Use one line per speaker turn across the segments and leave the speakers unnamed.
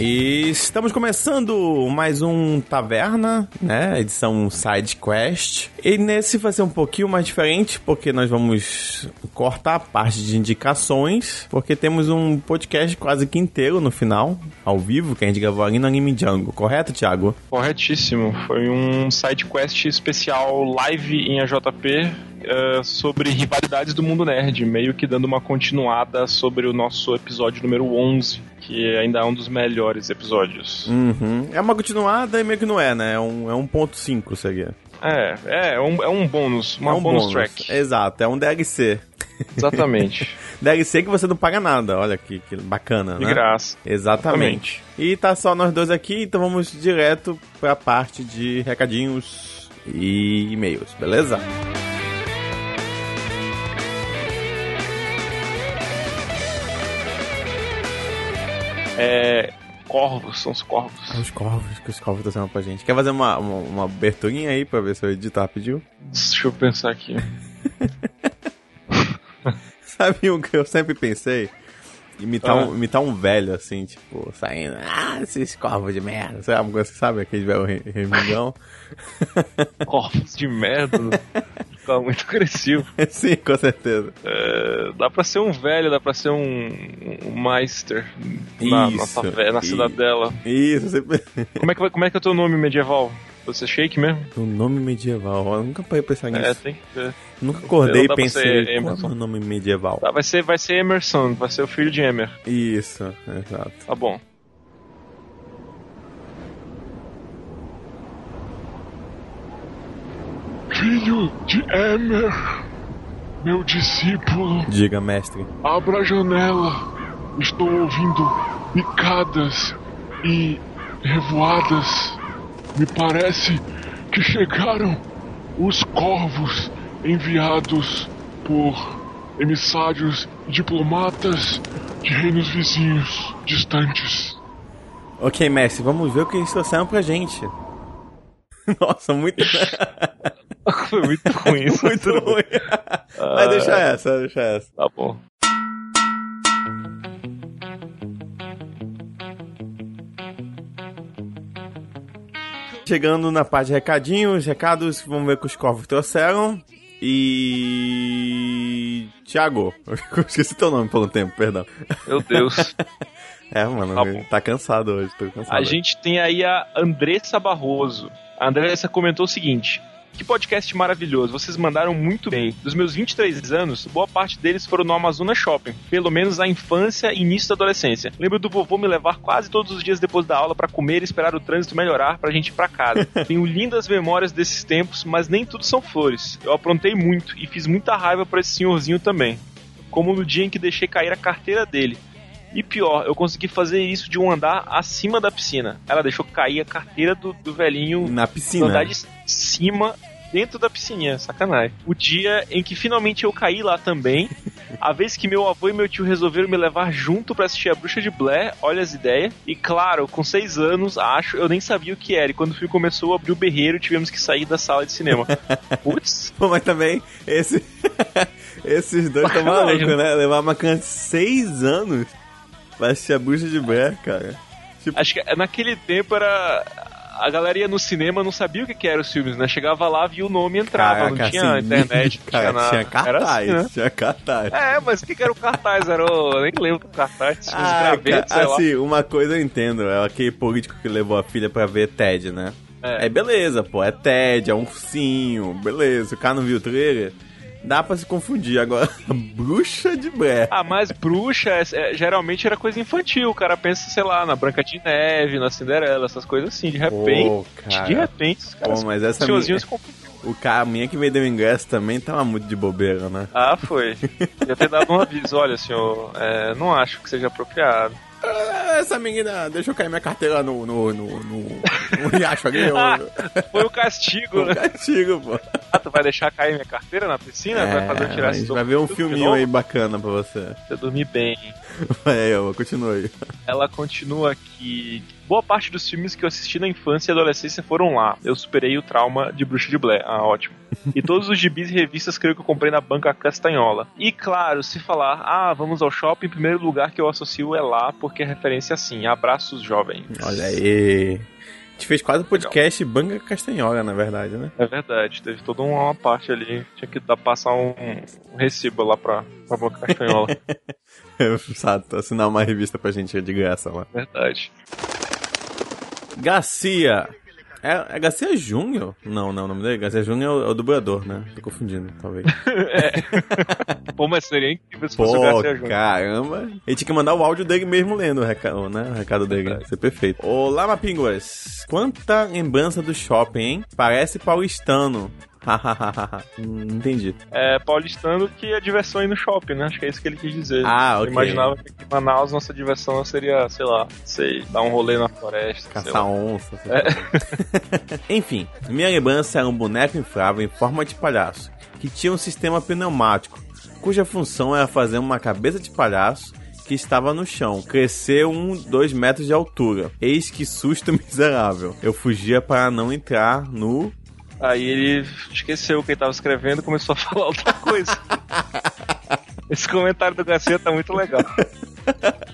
E estamos começando mais um Taverna, né? Edição Side Quest. E nesse vai ser um pouquinho mais diferente, porque nós vamos cortar a parte de indicações, porque temos um podcast quase que inteiro no final, ao vivo, que a gente gravou ali no Anime Jungle, correto, Thiago?
Corretíssimo. Foi um side quest especial live em AJP eh, sobre rivalidades do mundo nerd, meio que dando uma continuada sobre o nosso episódio número 11, que ainda é um dos melhores episódios.
Uhum. É uma continuada e meio que não é, né? É um, é 1.5 seria.
É, é um, é um bônus, uma
é um
bônus, track.
Exato, é um DLC.
Exatamente.
DLC que você não paga nada, olha que, que bacana,
De
né?
graça.
Exatamente. E tá só nós dois aqui, então vamos direto pra parte de recadinhos e e-mails, beleza?
É. Corvos, são os corvos.
É Os corvos, que os corvos estão sendo pra gente. Quer fazer uma, uma, uma aberturinha aí pra ver se eu editar rapidinho?
Deixa eu pensar aqui.
Sabe o que eu sempre pensei? Imitar,
Ah.
um, imitar um velho, assim, tipo, saindo. Ah, esses corvos de merda. Sabe, alguma coisa que sabe? Aquele velho re- remungão.
Corvos de merda. Tá muito agressivo.
Sim, com certeza.
É, dá pra ser um velho, dá pra ser um, um Meister na, na,
Isso,
tave- na
e-
cidadela.
Isso, sempre.
Como é, que, vai- como é que é o teu nome medieval? Você é Shake mesmo?
o Um nome medieval. Eu nunca parei pra pensar
É,
nisso.
tem que ter.
Nunca acordei
não
e
dá pra
pensei.
ser
Qual é
Emerson.
o nome medieval?
Tá, vai ser, vai ser Emerson, vai ser o filho de Emer.
Isso, exato.
Tá bom.
Filho de Emer, meu discípulo,
Diga, mestre.
abra a janela. Estou ouvindo picadas e revoadas. Me parece que chegaram os corvos enviados por emissários e diplomatas de reinos vizinhos distantes.
Ok, mestre, vamos ver o que eles trouxeram pra gente. Nossa, muito,
Foi muito é. ruim isso. é Ah,
muito ruim. Mas deixa essa, deixa essa.
Tá bom.
Chegando na parte de recadinhos, recados, vamos ver o que os corvos trouxeram. E. Tiago, eu esqueci teu nome por um tempo, perdão.
Meu Deus.
É, mano,
Tá bom.
tá cansado hoje, tô cansado.
A
hoje.
gente tem aí a Andressa Barroso. A Andressa comentou o seguinte: Que podcast maravilhoso, vocês mandaram muito bem. Dos meus 23 anos, boa parte deles foram no Amazonas Shopping, pelo menos a infância e início da adolescência. Lembro do vovô me levar quase todos os dias depois da aula pra comer e esperar o trânsito melhorar pra gente ir pra casa. Tenho lindas memórias desses tempos, mas nem tudo são flores. Eu aprontei muito e fiz muita raiva pra esse senhorzinho também. Como no dia em que deixei cair a carteira dele. E pior, eu consegui fazer isso de um andar acima da piscina. Ela deixou cair a carteira do, do velhinho
Na
no
piscina.
andar de cima dentro da piscininha, sacanagem. O dia em que finalmente eu caí lá também, a vez que meu avô e meu tio resolveram me levar junto pra assistir a Bruxa de Blair, olha as ideias. E claro, com seis anos, acho, eu nem sabia o que era. E quando o filme começou, abriu o berreiro e tivemos que sair da sala de cinema. Putz,
Pô, mas também, esse... esses dois estão
Sacanagem.
malucos, né? Levar uma criança de 6 anos pra assistir a bucha de Blair, cara. Tipo-
Acho que naquele tempo era. A galera ia no cinema, não sabia o que, que eram os filmes, né? Chegava lá, via o nome e entrava.
Caraca,
não tinha
assim,
internet, não
cara,
tinha nada.
tinha
Era
cartaz,
assim, né?
tinha cartaz.
É, mas o que, que era o cartaz? Era o... Eu nem lembro do cartaz. Tinha uns
Ah,
gravetos, sei
cara,
lá.
assim, uma coisa eu entendo, é aquele político que levou a filha pra ver Ted, né?
É.
Aí beleza, pô, é Ted, é um ursinho, beleza, o cara não viu o trailer, dá pra se confundir. Agora, bruxa de Blair.
Ah, mas bruxa é- é- geralmente era coisa infantil. O cara pensa, sei lá, na Branca de Neve, na Cinderela, essas coisas assim. De repente,
Pô, cara.
de repente, os caras
Pô, mas essa minha,
senhorzinhos confundiam.
o cara, a minha que vendeu o ingresso também tava muito de bobeira, né?
Ah, foi. Ia ter dado um aviso. Olha, senhor, é, não acho que seja apropriado.
Ah, Essa menina deixou cair minha carteira no, no, no, no, no riacho ali,
Ah,
o
foi o castigo, né?
castigo, pô. É,
gata, vai deixar cair minha carteira na piscina, É, vai fazer eu tirar
a
esse
gente
do-
vai ver um
de
filminho
novo?
aí bacana pra você.
Eu dormi bem.
Vai, eu continua aí.
Ela continua que boa parte dos filmes que eu assisti na infância e adolescência foram lá. Eu superei o trauma de Bruxa de Blair. Ah, ótimo. E todos os gibis e revistas creio que eu comprei na banca Castanhola. E claro, se falar, ah, vamos ao shopping, primeiro lugar que eu associo é lá, porque é referência assim. Abraços, jovem.
Olha aí. A gente fez quase o podcast Banga Castanhola, na verdade, né?
É verdade, teve toda uma parte ali. Tinha que dar, passar um, um recibo lá pra, pra banca Castanhola.
Sato, É, assinar uma revista pra gente de graça lá.
verdade.
Garcia. É, é Garcia Júnior? Não, não, o nome dele. Garcia Júnior é o, é o dublador, né? Tô confundindo, talvez.
Pô, mas seria incrível se fosse o
Pô,
Garcia Júnior.
caramba. Ele tinha que mandar o áudio dele mesmo lendo o recado, né? O recado dele. Isso é perfeito. Olá, Mapinguas. Quanta lembrança do shopping, hein? Parece paulistano. Hum, Entendi.
é, paulistano que é diversão aí no shopping, né? Acho que é isso que ele quis dizer.
Ah, ok.
Eu imaginava que aqui em Manaus nossa diversão seria, sei lá, sei, dar um rolê na floresta. sei
Caçar um.
lá.
onça. sei lá. Enfim, minha lembrança era um boneco inflável em forma de palhaço, que tinha um sistema pneumático, cuja função era fazer uma cabeça de palhaço que estava no chão, crescer um, dois metros de altura. Eis que susto miserável. Eu fugia para não entrar no...
Aí ele esqueceu o que ele tava escrevendo e começou a falar outra coisa. Esse comentário do Garcia tá muito legal.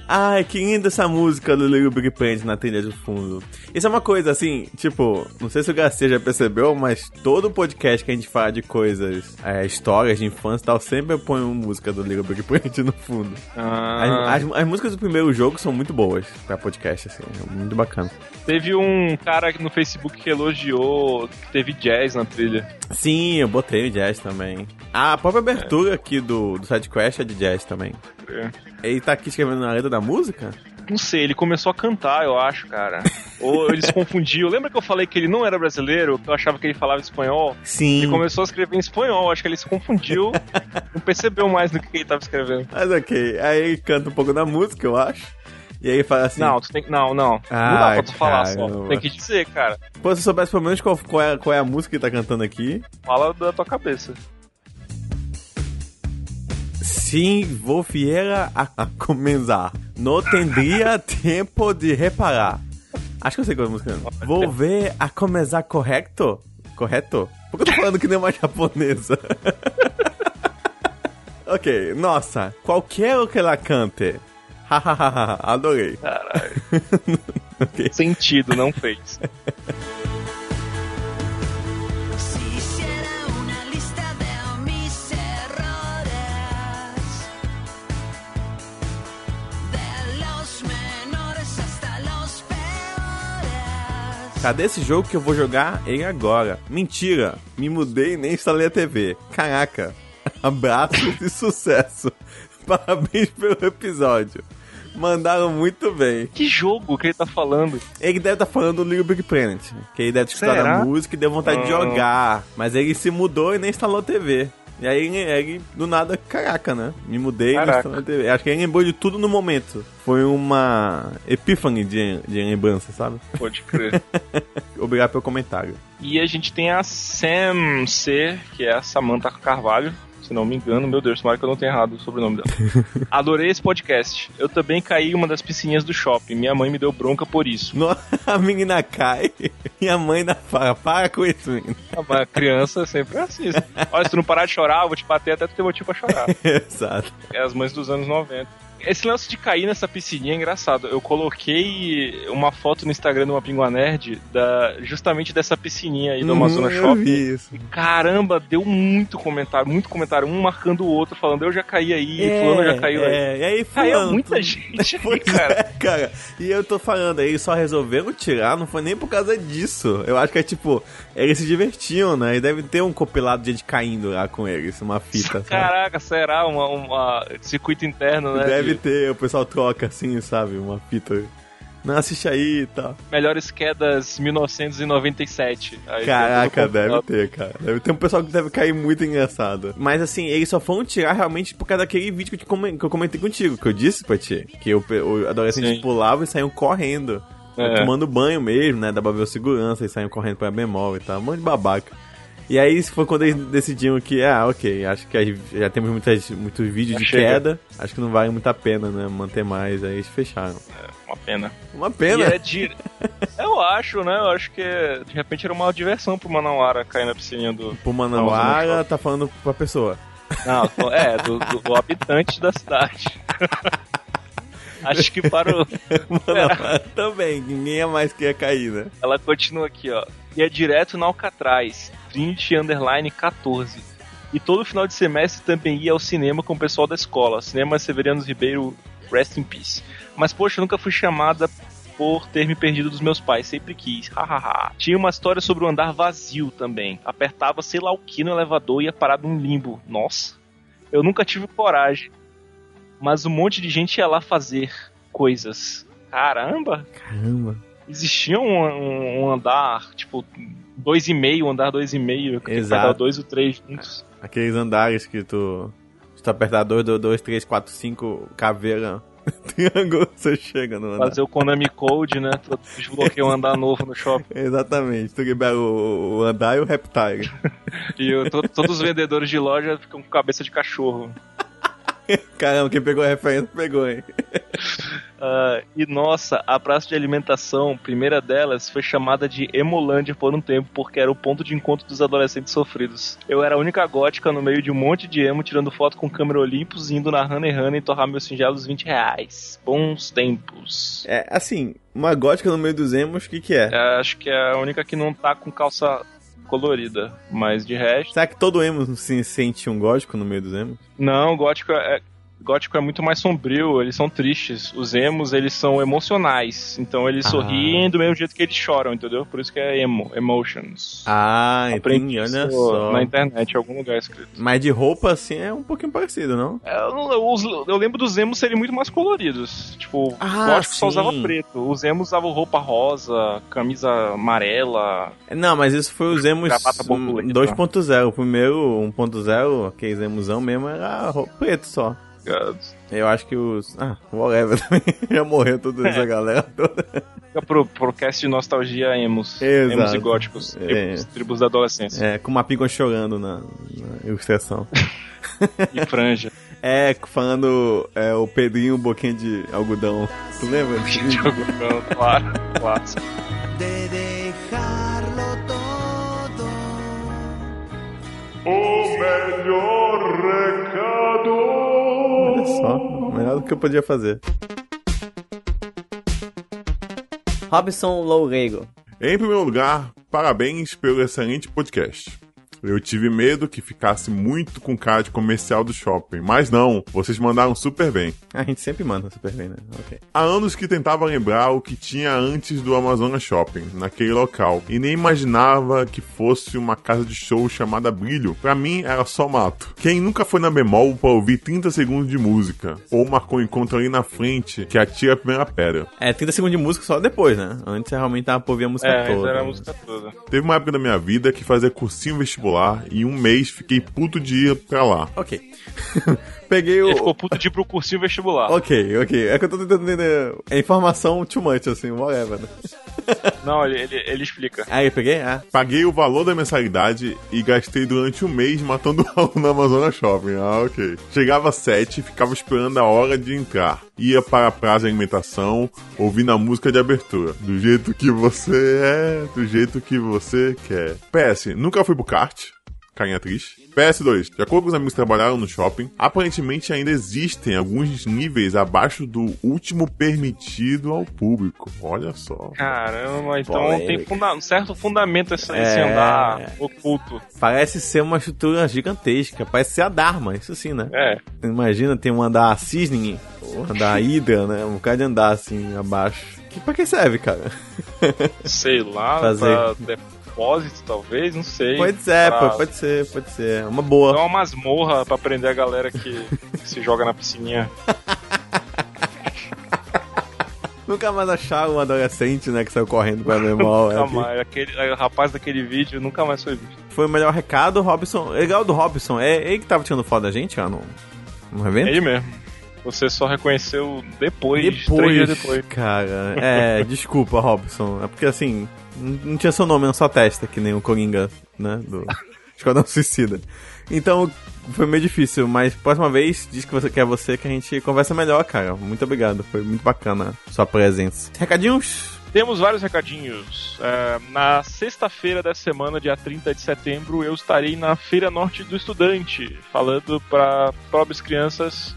Ai, que linda essa música do Little Big Planet na trilha de fundo. Isso é uma coisa, assim, tipo, não sei se o Garcia já percebeu, mas todo podcast que a gente fala de coisas, é, histórias de infância e tal, sempre eu ponho uma música do Little Big Planet no fundo.
Ah,
As, as- as músicas do primeiro jogo são muito boas pra podcast, assim, é muito bacana.
teve um cara aqui no Facebook que elogiou que teve jazz na trilha.
Sim, eu botei o jazz também. A própria abertura aqui do, do SideQuest é de jazz também.
É.
Ele tá aqui escrevendo na letra da música?
Não sei, ele começou a cantar, eu acho, cara. Ou ele se confundiu. Lembra que eu falei que ele não era brasileiro? Que eu achava que ele falava espanhol?
Sim.
Ele começou a escrever em espanhol, acho que ele se confundiu, não percebeu mais do que ele tava escrevendo.
Mas ok, aí ele canta um pouco da música, eu acho. E aí ele fala assim...
Não, tu tem que. Não, não. não dá
Ah,
pra tu falar só.
caramba.
Tem que dizer, cara.
Pô, se eu soubesse pelo menos qual, qual é, qual é a música que tá cantando aqui.
Fala da tua cabeça.
Sim, vou fiera a, a começar. Não tendria tempo de reparar. Acho que eu sei qual é a música. Vou ver a começar correto? Correto? Por que eu tô falando que nem uma japonesa? ok, nossa. Qualquer o que ela cante. Hahaha, adorei.
Caralho.
Ok.
Sentido, não fez.
Si hiciera una lista de mis errores, de los menores hasta los peores.
Cadê esse jogo que eu vou jogar ele agora? Mentira, me mudei e nem instalei a TV. Caraca, abraços e sucesso. Parabéns pelo episódio. Mandaram muito bem.
Que jogo que ele tá falando?
Ele deve estar falando do Little Big Planet, que ele deve escutar
Será? Ah.
a música e deu vontade de
Não.
jogar. Mas ele se mudou e nem instalou a TV. E aí ele, ele, do nada, caraca, né? Me mudei e não
Caraca.
instalei a TV. Acho que ele lembrou de tudo no momento. Foi uma epífane de, de lembrança, sabe?
Pode crer.
Obrigado pelo comentário.
E a gente tem a Sam C, que é a Samantha Carvalho. Se não me engano, meu Deus, tomara que eu não tenha errado o sobrenome dela. Adorei esse podcast. Eu também caí em uma das piscininhas do shopping. Minha mãe me deu bronca por isso.
No- a menina cai e a mãe ainda fala, para com isso, menina.
Uma criança sempre é assim. Olha, se tu não parar de chorar, eu vou te bater até tu ter motivo pra chorar.
Exato.
É as mães dos anos 90. Esse lance de cair nessa piscininha é engraçado. Eu coloquei uma foto no Instagram de uma Pingua Nerd da, justamente dessa piscininha aí do Amazonas
Uhum,
Hum, eu
Shopping.
vi isso.
Caramba, deu muito comentário, muito comentário, um marcando o outro, falando eu já caí aí, fulano já caiu aí.
é, E aí
Caiu
fulano,
muita
tu-
gente aí,
Pois
cara.
é, cara. E eu tô falando aí, só resolveram tirar, não foi nem por causa disso. Eu acho que é tipo, eles se divertiam, né? E deve ter um compilado de gente caindo lá com eles, uma fita, sabe?
Caraca, será uma, uma circuito interno, né? de
Deve ter, o pessoal troca assim, sabe? Uma fita. Não, assiste aí e tal.
Melhores quedas 1997. Aí tem
Caraca,
todo
deve
compilado.
ter, cara. Deve ter um pessoal que deve cair muito engraçado. Mas assim, eles só foram tirar realmente por causa daquele vídeo que eu, te comen- que eu comentei contigo, que eu disse pra ti. Que o, pe- o adolescente
Sim.
pulava e saiam correndo.
É.
né, Tomando banho mesmo, né? Dá pra ver o segurança e saiam correndo pra bemol e tal. Um monte de babaca. E aí isso foi quando eles decidiram que, ah, ok, acho que aí já temos muitas, muitos
Já
vídeos de
chega.
queda, acho que não vale muito a pena, né, manter mais, aí eles fecharam.
É, Uma pena.
Uma
E
pena.
era dire... Eu acho, né? Eu acho que de repente era uma diversão pro Manauara cair na piscininha do.
Pro
Não,
Manauara, tá falando pra pessoa.
Não, tô- é, do, do- do habitante da cidade. acho que para o.
Manauara também, ninguém é mais que ia cair, né?
Ela continua aqui, ó. E é direto na Alcatraz, 20 underline 14. E todo final de semestre também ia ao cinema com o pessoal da escola. Cinema Severiano Ribeiro, rest in peace. Mas poxa, eu nunca fui chamada por ter me perdido dos meus pais, sempre quis. Hahaha. Tinha uma história sobre o andar vazio também. Apertava sei lá o que no elevador e ia parar num limbo. Nossa. Eu nunca tive coragem. Mas um monte de gente ia lá fazer coisas. Caramba!
Caramba.
existia um, um- um andar, tipo, dois e meio, um andar dois e meio, que tem que
Exato.
botar o dois e o três juntos.
Aqueles andares que tu. Se tu apertar 2, 2, 2, 3, 4, 5, caveira, triângulo, você chega
é
no andar.
Fazer o Konami Code, né? pra Desbloquear um andar novo no shopping.
Exatamente, tu libera o, o andar e o reptile.
E eu- to- todos os vendedores de loja ficam com cabeça de cachorro.
Caramba, quem pegou a referência pegou, hein?
Ah, e nossa, a praça de alimentação, primeira delas, foi chamada de Emolândia por um tempo, porque era o ponto de encontro dos adolescentes sofridos. Eu era a única gótica no meio de um monte de emo, tirando foto com câmera Olympus, indo na Hannah e Hannah e torrar meus singelos 20 reais. Bons tempos.
É, assim, uma gótica no meio dos emos, o que que é?
É, acho que é a única que não tá com calça colorida, mas de resto.
Será que todo emo se sente um gótico no meio dos emos?
Não, gótico é. Gótico é muito mais sombrio, eles são tristes. Os emos, eles são emocionais. Então eles
Ah.
sorriem do mesmo jeito que eles choram, entendeu? Por isso que é emo, emotions.
Ah, entendi,
isso
olha só.
Na internet, em algum lugar escrito.
Mas de roupa, assim, é um pouquinho parecido, não?
É, Eu, não- eu, os- eu lembro dos emos serem muito mais coloridos. Tipo,
Ah,
gótico só
sim.
usava preto. Os emos usavam roupa rosa, camisa amarela,
Não, mas isso foi os emos
Gravata
hum,
borboleta.
2.0. O primeiro 1.0, aqueles emosão mesmo, era ro- preto só.
eh,
Eu acho que os... Ah, whatever também. Já morreu
É,
toda essa galera toda.
Fica pro, pro cast de nostalgia emos.
Exato.
Emos e góticos.
É.
Tribos, tribos da adolescência.
É, com uma pinga chorando na, na ilustração.
E franja.
É, falando é, o Pedrinho Boquinha de Algodão. Tu lembra? desse
De
vídeo?
algum canto, claro, claro.
de dejarlo todo.
O melhor recado.
Olha só, melhor do que eu podia fazer.
Robson Loureiro.
Em primeiro lugar, parabéns pelo excelente podcast. Eu tive medo que ficasse muito com cara de comercial do shopping, mas não, vocês mandaram super bem.
A gente sempre manda super bem, né? Ok.
Há anos que tentava lembrar o que tinha antes do Amazonas Shopping, naquele local, e nem imaginava que fosse uma casa de show chamada Brilho. Pra mim era só mato. Quem nunca foi na Bemol pra ouvir 30 segundos de música, ou marcou encontro ali na frente que atira a primeira pedra.
É, 30 segundos de música só depois, né? Antes eu realmente tava pra ouvir a música
É, mas
toda.
era a música toda.
Teve uma época da minha vida que fazia cursinho vestibular e em um mês fiquei puto de ir pra lá.
Ok. Peguei o.
Ele ficou puto de ir pro cursinho vestibular.
Ok, ok. É que eu tô tentando entender. É informação too much, assim, whatever. né?
Não, ele, ele, ele explica.
Aí eu peguei? Ah.
Paguei o valor da mensalidade e gastei durante um mês matando aula na Amazonas Shopping. Ah, ok. Chegava às sete e ficava esperando a hora de entrar. Ia para a praça de alimentação, ouvindo a música de abertura. Do jeito que você é, do jeito que você quer. PS, nunca fui pro kart. Carinha triste. PS2. De acordo com os amigos que trabalharam no shopping, aparentemente ainda existem alguns níveis abaixo do último permitido ao público. Olha só.
Caramba, então
Polêmica.
tem funda- um certo fundamento esse, esse
É.
andar oculto.
Parece ser uma estrutura gigantesca. Parece ser a Dharma, isso sim, né?
É.
Imagina, tem um andar cisne, um andar hidra, né? Um bocado de andar assim abaixo. Que, pra que serve, cara?
Sei lá,
Fazer.
pra depósito, talvez, não sei.
Pode ser,
pra-
pô, pode ser, pode ser. Uma
É
boa.
uma masmorra pra prender a galera que, que se joga na piscininha.
Nunca mais acharam um adolescente, né, que saiu correndo pra memória.
Nunca mais. Aquele, o rapaz daquele vídeo nunca mais foi visto.
Foi o melhor recado, Robson. Legal do Robson. É ele que tava tirando foto da gente, ó, no, no
É
evento?
ele mesmo. Você só reconheceu depois, três
depois,
dias depois.
cara. É, desculpa, Robson. É porque assim, não não tinha seu nome na sua testa, que nem o Coringa, né? Do...
Esquadrão Suicida. Então, foi meio difícil, mas próxima vez diz que você quer você que a gente conversa melhor, cara. Muito obrigado, foi muito bacana sua presença. Recadinhos?
Temos vários recadinhos. É, na sexta-feira dessa semana, dia 30 de setembro, eu estarei na Feira Norte do Estudante, falando para pobres crianças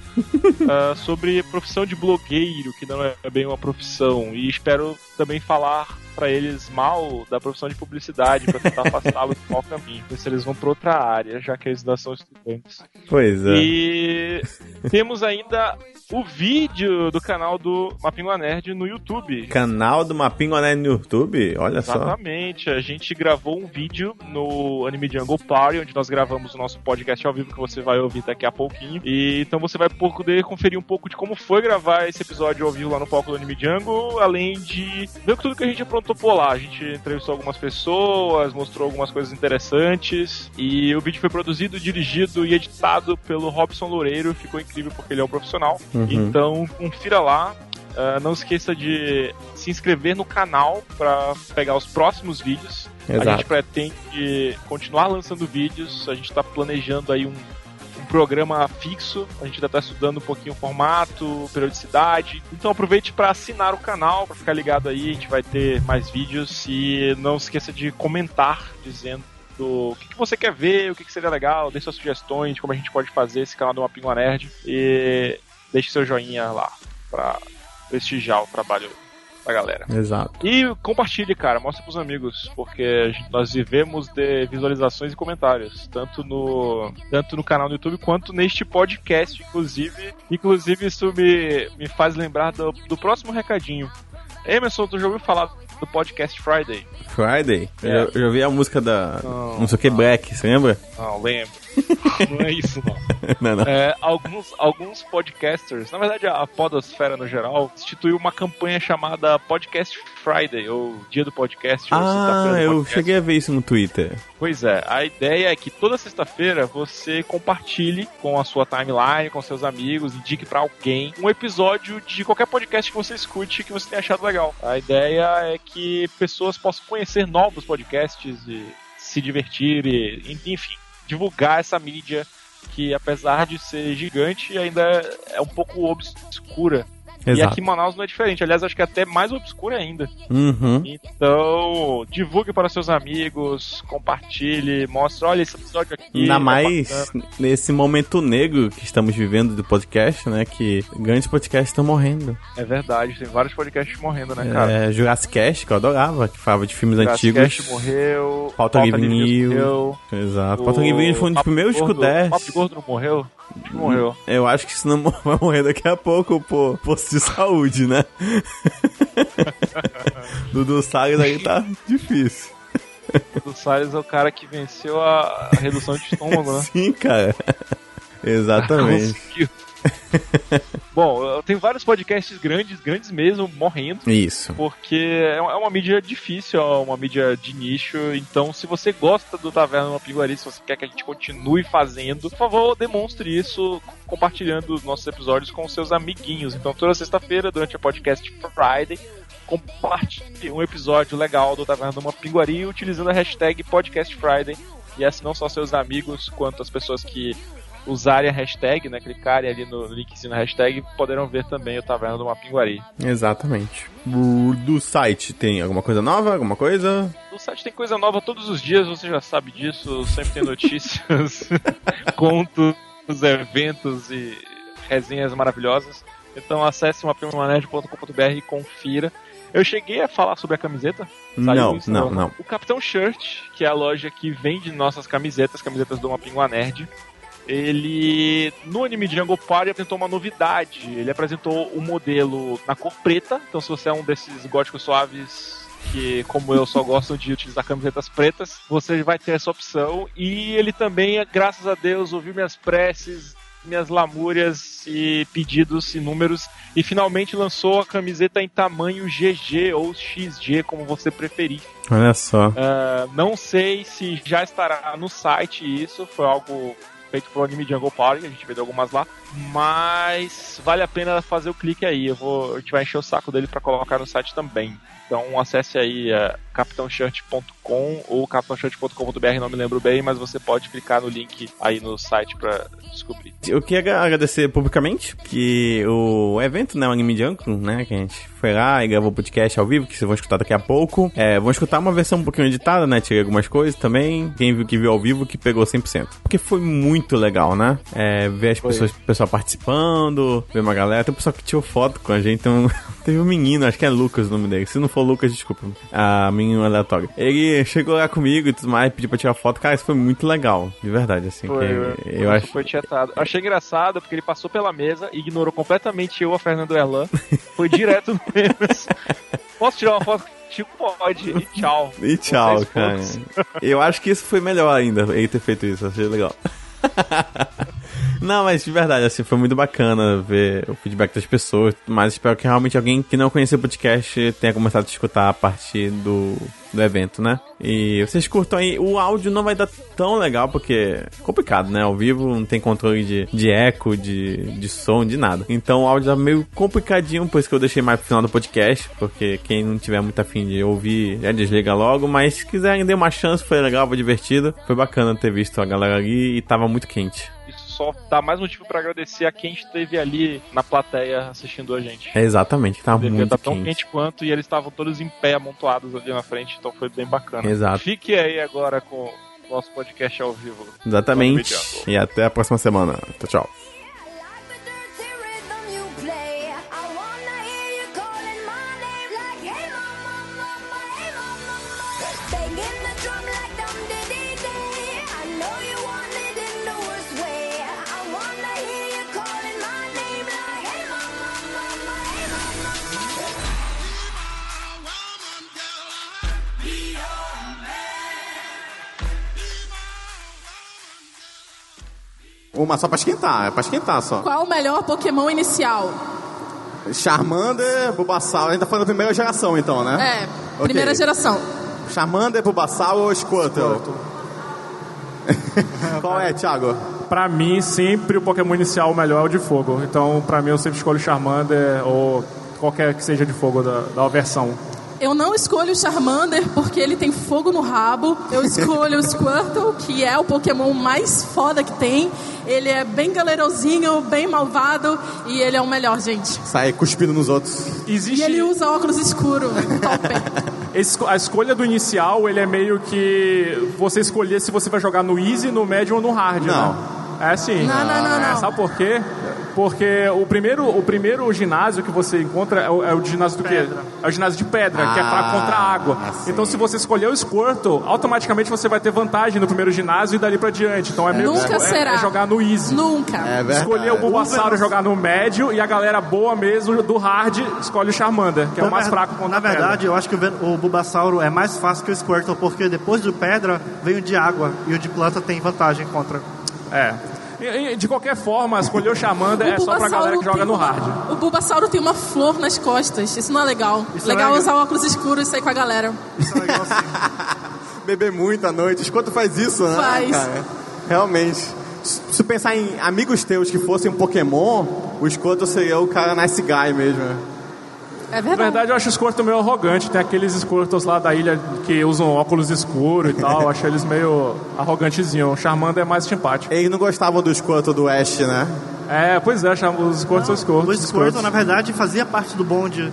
ah, sobre a profissão de blogueiro, que não é bem uma profissão. E espero também falar para eles mal da profissão de publicidade, para tentar afastá-los do mau caminho, ver se eles vão para outra área, já que eles ainda são estudantes.
Pois é.
E temos ainda o vídeo do canal do Mapingua Nerd no YouTube.
Canal do Mapingo Online no YouTube? Olha só.
Exatamente, a gente gravou um vídeo no Anime Jungle Party, onde nós gravamos o nosso podcast ao vivo que você vai ouvir daqui a pouquinho. E então você vai poder conferir um pouco de como foi gravar esse episódio ao vivo lá no palco do Anime Jungle, além de ver tudo que a gente aprontou por lá. A gente entrevistou algumas pessoas, mostrou algumas coisas interessantes. E o vídeo foi produzido, dirigido e editado pelo Robson Loureiro. Ficou incrível porque ele é um profissional.
Uhum.
Então, confira lá. Ah, não esqueça de se inscrever no canal para pegar os próximos vídeos. A gente
Exato.
pretende continuar lançando vídeos. A gente está planejando aí um, um programa fixo. A gente ainda está estudando um pouquinho o formato, periodicidade. Então aproveite para assinar o canal, para ficar ligado aí. A gente vai ter mais vídeos. E não esqueça de comentar dizendo do que, que você quer ver, o que, que seria legal, deixe suas sugestões de como a gente pode fazer esse canal do Mapingua Nerd e deixe seu joinha lá pra prestigiar o trabalho da galera.
Exato.
E compartilhe, cara, mostre pros amigos, porque a gente- nós vivemos de visualizações e comentários, tanto no, tanto no canal do YouTube quanto neste podcast, inclusive. Inclusive, isso me, me faz lembrar do, do próximo recadinho. Emerson, tu já ouviu falar do podcast Friday?
Friday. Eu,
É.
já- eu já ouvi a música da.
Não.
Não, sei o que, Black, você lembra?
Não, lembro. não é isso, não.
não, não.
É, alguns, alguns podcasters, na verdade a podosfera no geral, instituiu uma campanha chamada Podcast Friday, ou Dia do Podcast, ou
Ah,
Sexta-feira do
eu
tá Podcast.
cheguei a ver isso no Twitter.
Pois é, a ideia é que toda sexta-feira você compartilhe com a sua timeline, com seus amigos, indique pra alguém um episódio de qualquer podcast que você escute que você tenha achado legal. A ideia é que pessoas possam conhecer novos podcasts e se divertir e, enfim, divulgar essa mídia que apesar de ser gigante ainda é um pouco obscura. E
Exato.
aqui em Manaus não é diferente. Aliás, acho que é até mais obscura ainda.
Uhum.
Então, divulgue para seus amigos, compartilhe, mostre, olha esse episódio aqui.
Ainda
tá
mais
bacana.
nesse momento negro que estamos vivendo do podcast, né? Que grandes podcasts estão morrendo.
É verdade, tem vários podcasts morrendo, né, cara?
É, Jurassic Cast, que eu adorava, que falava de filmes
Jurassic
antigos.
Cast morreu,
Pauta Livre News,
morreu.
Exato.
o
Falta Livrinho foi um dos
Papo
primeiros
Gordo-
Scuders.
Papo Gordo não morreu? Acho que morreu.
Eu acho que isso não mo- vai morrer daqui a pouco, pô. Posto de saúde, né? Dudu Salles aí tá difícil.
O Salles é o cara que venceu a redução de estômago, né?
Sim, cara. Exatamente.
Conseguiu. Bom, eu tenho vários podcasts grandes, grandes mesmo, morrendo.
Isso.
porque é uma é uma mídia difícil, é uma mídia de nicho. Então, se você gosta do Taverna no Pinguari, se você quer que a gente continue fazendo, por favor, demonstre isso compartilhando os nossos episódios com os seus amiguinhos. Então, toda sexta-feira, durante o podcast Friday, compartilhe um episódio legal do Taverna do Pinguari utilizando a hashtag Podcast Friday. E assim não só seus amigos, quanto as pessoas que usarem a hashtag, né, clicarem ali no linkzinho na hashtag, poderão ver também o Taverna do Mapinguari.
Exatamente. O- Do site tem alguma coisa nova? Alguma coisa?
No site tem coisa nova todos os dias, você já sabe disso, sempre tem notícias, contos, eventos e resenhas maravilhosas. Então acesse mapimanerd.com.br e confira. Eu cheguei a falar sobre a camiseta. Saiu
Não,
isso,
não, não.
O Capitão Shirt, que é a loja que vende nossas camisetas, camisetas do Mapingua Nerd, ele, no anime Jungle Party, apresentou uma novidade. Ele apresentou o modelo na cor preta. Então, se você é um desses góticos suaves que, como eu, só gostam de utilizar camisetas pretas, você vai ter essa opção. E ele também, graças a Deus, ouviu minhas preces, minhas lamúrias e pedidos e números e finalmente lançou a camiseta em tamanho GG ou XG, como você preferir.
Olha só.
Ah, não sei se já estará no site isso, foi algo feito pro Anime Jungle Party, a gente vendeu algumas lá, mas vale a pena fazer o clique aí, eu vou, a gente vai encher o saco dele pra colocar no site também. Então acesse aí uh, capitãoshirt.com ou capitãoshirt.com.br, não me lembro bem, mas você pode clicar no link aí no site pra descobrir.
Eu queria agra- agradecer publicamente que o evento, né, o Anime Jungle, né, que a gente foi lá e gravou o podcast ao vivo, que vocês vão escutar daqui a pouco. É, vão escutar uma versão um pouquinho editada, né, tirei algumas coisas também. Quem viu que viu ao vivo que pegou 100%. Porque foi muito legal, né? É, ver as pessoas, o pessoal participando, ver uma galera. Tem um pessoal que tirou foto com a gente, tem um- Teve um menino, acho que é Lucas o nome dele. Se não for Lucas, desculpa. Ah, menino aleatório. Ele chegou lá comigo e tudo mais, pediu pra tirar foto. Cara, isso foi muito legal, de verdade, assim. que eu acho.
Foi tietado. Eu achei engraçado porque ele passou pela mesa, ignorou completamente eu, a Fernando Erlan, foi direto no memes. Posso tirar uma foto? Tipo, pode. E tchau.
E tchau,
Vocês
cara.
poucos.
Eu acho que isso foi melhor ainda, ele ter feito isso, achei legal. Não, mas de verdade, assim, foi muito bacana ver o feedback das pessoas, mas espero que realmente alguém que não conhecia o podcast tenha começado a escutar a partir do, do evento, né? E vocês curtam aí, o áudio não vai dar tão legal, porque é complicado, né? Ao vivo não tem controle de, de eco, de, de som, de nada. Então o áudio tá meio complicadinho, por isso que eu deixei mais pro final do podcast, porque quem não tiver muito afim de ouvir, já desliga logo, mas se quiser ainda dê uma chance, foi legal, foi divertido, foi bacana ter visto a galera ali e tava muito quente.
Isso só dá mais um motivo pra agradecer a quem esteve ali na plateia assistindo a gente.
É exatamente, que
O
tava
evento
muito
tá tão
quente.
quente. quanto e eles estavam todos em pé, amontoados ali na frente, então foi bem bacana.
Exato.
Fique aí agora com o nosso podcast ao vivo.
Exatamente.
Exatamente.
E até a próxima semana. Tchau, tchau.
Uma só pra esquentar, é pra esquentar só.
Qual o melhor Pokémon inicial?
Charmander, Bulbasaur. A gente tá falando da primeira geração então, né?
É, primeira
Ok.
geração.
Charmander, Bulbasaur ou Squirtle? Qual é, Thiago?
Pra mim, sempre o Pokémon inicial o melhor é o de fogo. Então, pra mim, eu sempre escolho Charmander ou qualquer que seja de fogo da, da versão.
Eu não escolho o Charmander porque ele tem fogo no rabo. Eu escolho o Squirtle, que é o Pokémon mais foda que tem. Ele é bem galerosinho, bem malvado e ele é o melhor, gente.
Sai cuspindo nos outros.
E
Existe.
ele usa óculos escuro. Top.
esse- a escolha do inicial, ele é meio que você escolher se você vai jogar no easy, no médio ou no hard,
Não.
né? É sim.
Não, não, não,
É,
não.
sabe por quê? Porque o primeiro, o primeiro ginásio que você encontra é o, é o ginásio do quê? É o ginásio de pedra, que é
Ah,
fraco contra a água.
assim.
Então, se você escolher o Squirtle, automaticamente você vai ter vantagem no primeiro ginásio e dali pra diante. Então, é meio que
Nunca
é-
será.
é jogar no easy.
Nunca.
É verdade.
Escolher o Bulbasaur e jogar no médio e a galera boa mesmo do hard escolhe o Charmander, que é o mais fraco contra
Na
a pedra.
verdade, eu acho que o Ven- o Bulbasauro é mais fácil que o Squirtle, porque depois do pedra vem o de água e o de planta tem vantagem contra.
É. E- e, de qualquer forma, escolher o Charmander
O
é só pra
Bulbasauro
galera que joga
tem
no
uma-
hard.
O Bulbasauro tem uma flor nas costas. Isso não é legal.
Isso é
legal
legal.
usar óculos escuros e sair com a galera.
Isso é legal assim.
Beber muito à noite. Quanto faz isso, né?
Faz.
cara? Realmente. Se se pensar em amigos teus que fossem um Pokémon, o Squirtle seria o cara nice guy mesmo. né?
É
Na
verdade.
verdade, eu acho o Squirtle meio arrogante. Tem aqueles Squirtles lá da ilha que usam óculos escuros e tal. Eu acho eles meio arrogantezinho. O Charmander é mais simpático.
Eles não gostavam do Squirtle do Ash, né? Ah,
É, pois é, chama- os Squirtles são
O
Squirtles.
Squirtle, na
é
verdade, fazia parte do bonde.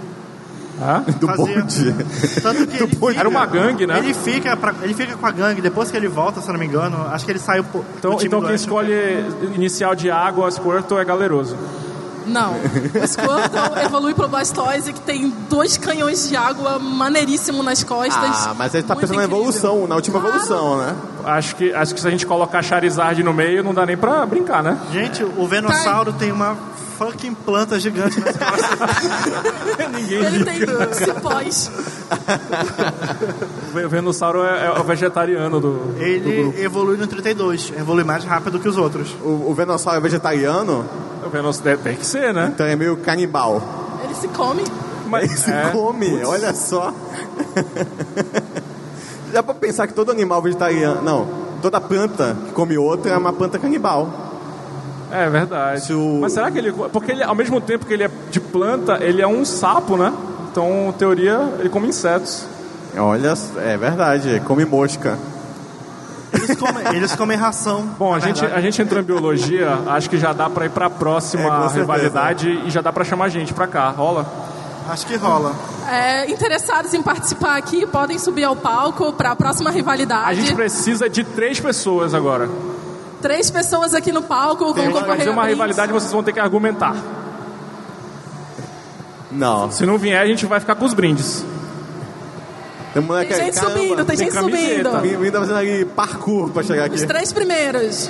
Hã?
Do
Fazia.
bonde.
Tanto que ele fica,
Era uma gangue, né?
Ele fica, pra- ele fica com a gangue, depois que ele volta, se eu não me engano, acho que ele sai um pouco.
Então, então quem escolhe
né?
inicial de água, Squirtle, é galeroso.
Não. O Squirtle evolui pro Blastoise, que tem dois canhões de água maneiríssimo nas costas.
Ah, mas ele tá
Muito
pensando na
incrível.
evolução, na última
Claro.
evolução, né?
Acho que, acho que se a gente colocar Charizard no meio, não dá nem pra brincar, né?
Gente, o Venossauro tem uma fucking planta gigante nas costas.
Tá Ele tem cipós.
O Venossauro é, é o vegetariano do.
Ele evolui no 32, evolui mais rápido que os outros.
O, o Venossauro é vegetariano,
O Venossauro tem que ser, né?
então é meio canibal.
Ele se come.
Mas
Ele se
é.
come, olha só. Dá pra pensar que todo animal vegetariano. Não, toda planta que come outra é uma planta canibal.
É verdade.
Se o-
Mas será que ele. Porque ele, ao mesmo tempo que ele é de planta, ele é um sapo, né? Então, em teoria, ele come insetos.
Olha, é verdade, come mosca.
Eles comem, eles comem ração.
Bom, a gente, a gente entrou em biologia, acho que já dá pra ir pra
É, com
próxima
certeza.
rivalidade e já dá pra chamar a gente pra cá. Rola?
Acho que rola.
É, interessados em participar aqui podem subir ao palco para a próxima rivalidade.
A gente precisa de três pessoas agora.
Três pessoas aqui no palco vão
Vai
concorrer
fazer uma
a prêmios.
rivalidade vocês vão ter que argumentar.
Não.
Se não vier, a gente vai ficar com os brindes.
Tem, moleque
Tem
aí,
gente subindo, tem gente
camiseta.
subindo.
Vim- vim tá fazendo aqui parkour pra chegar aqui.
Os três primeiros.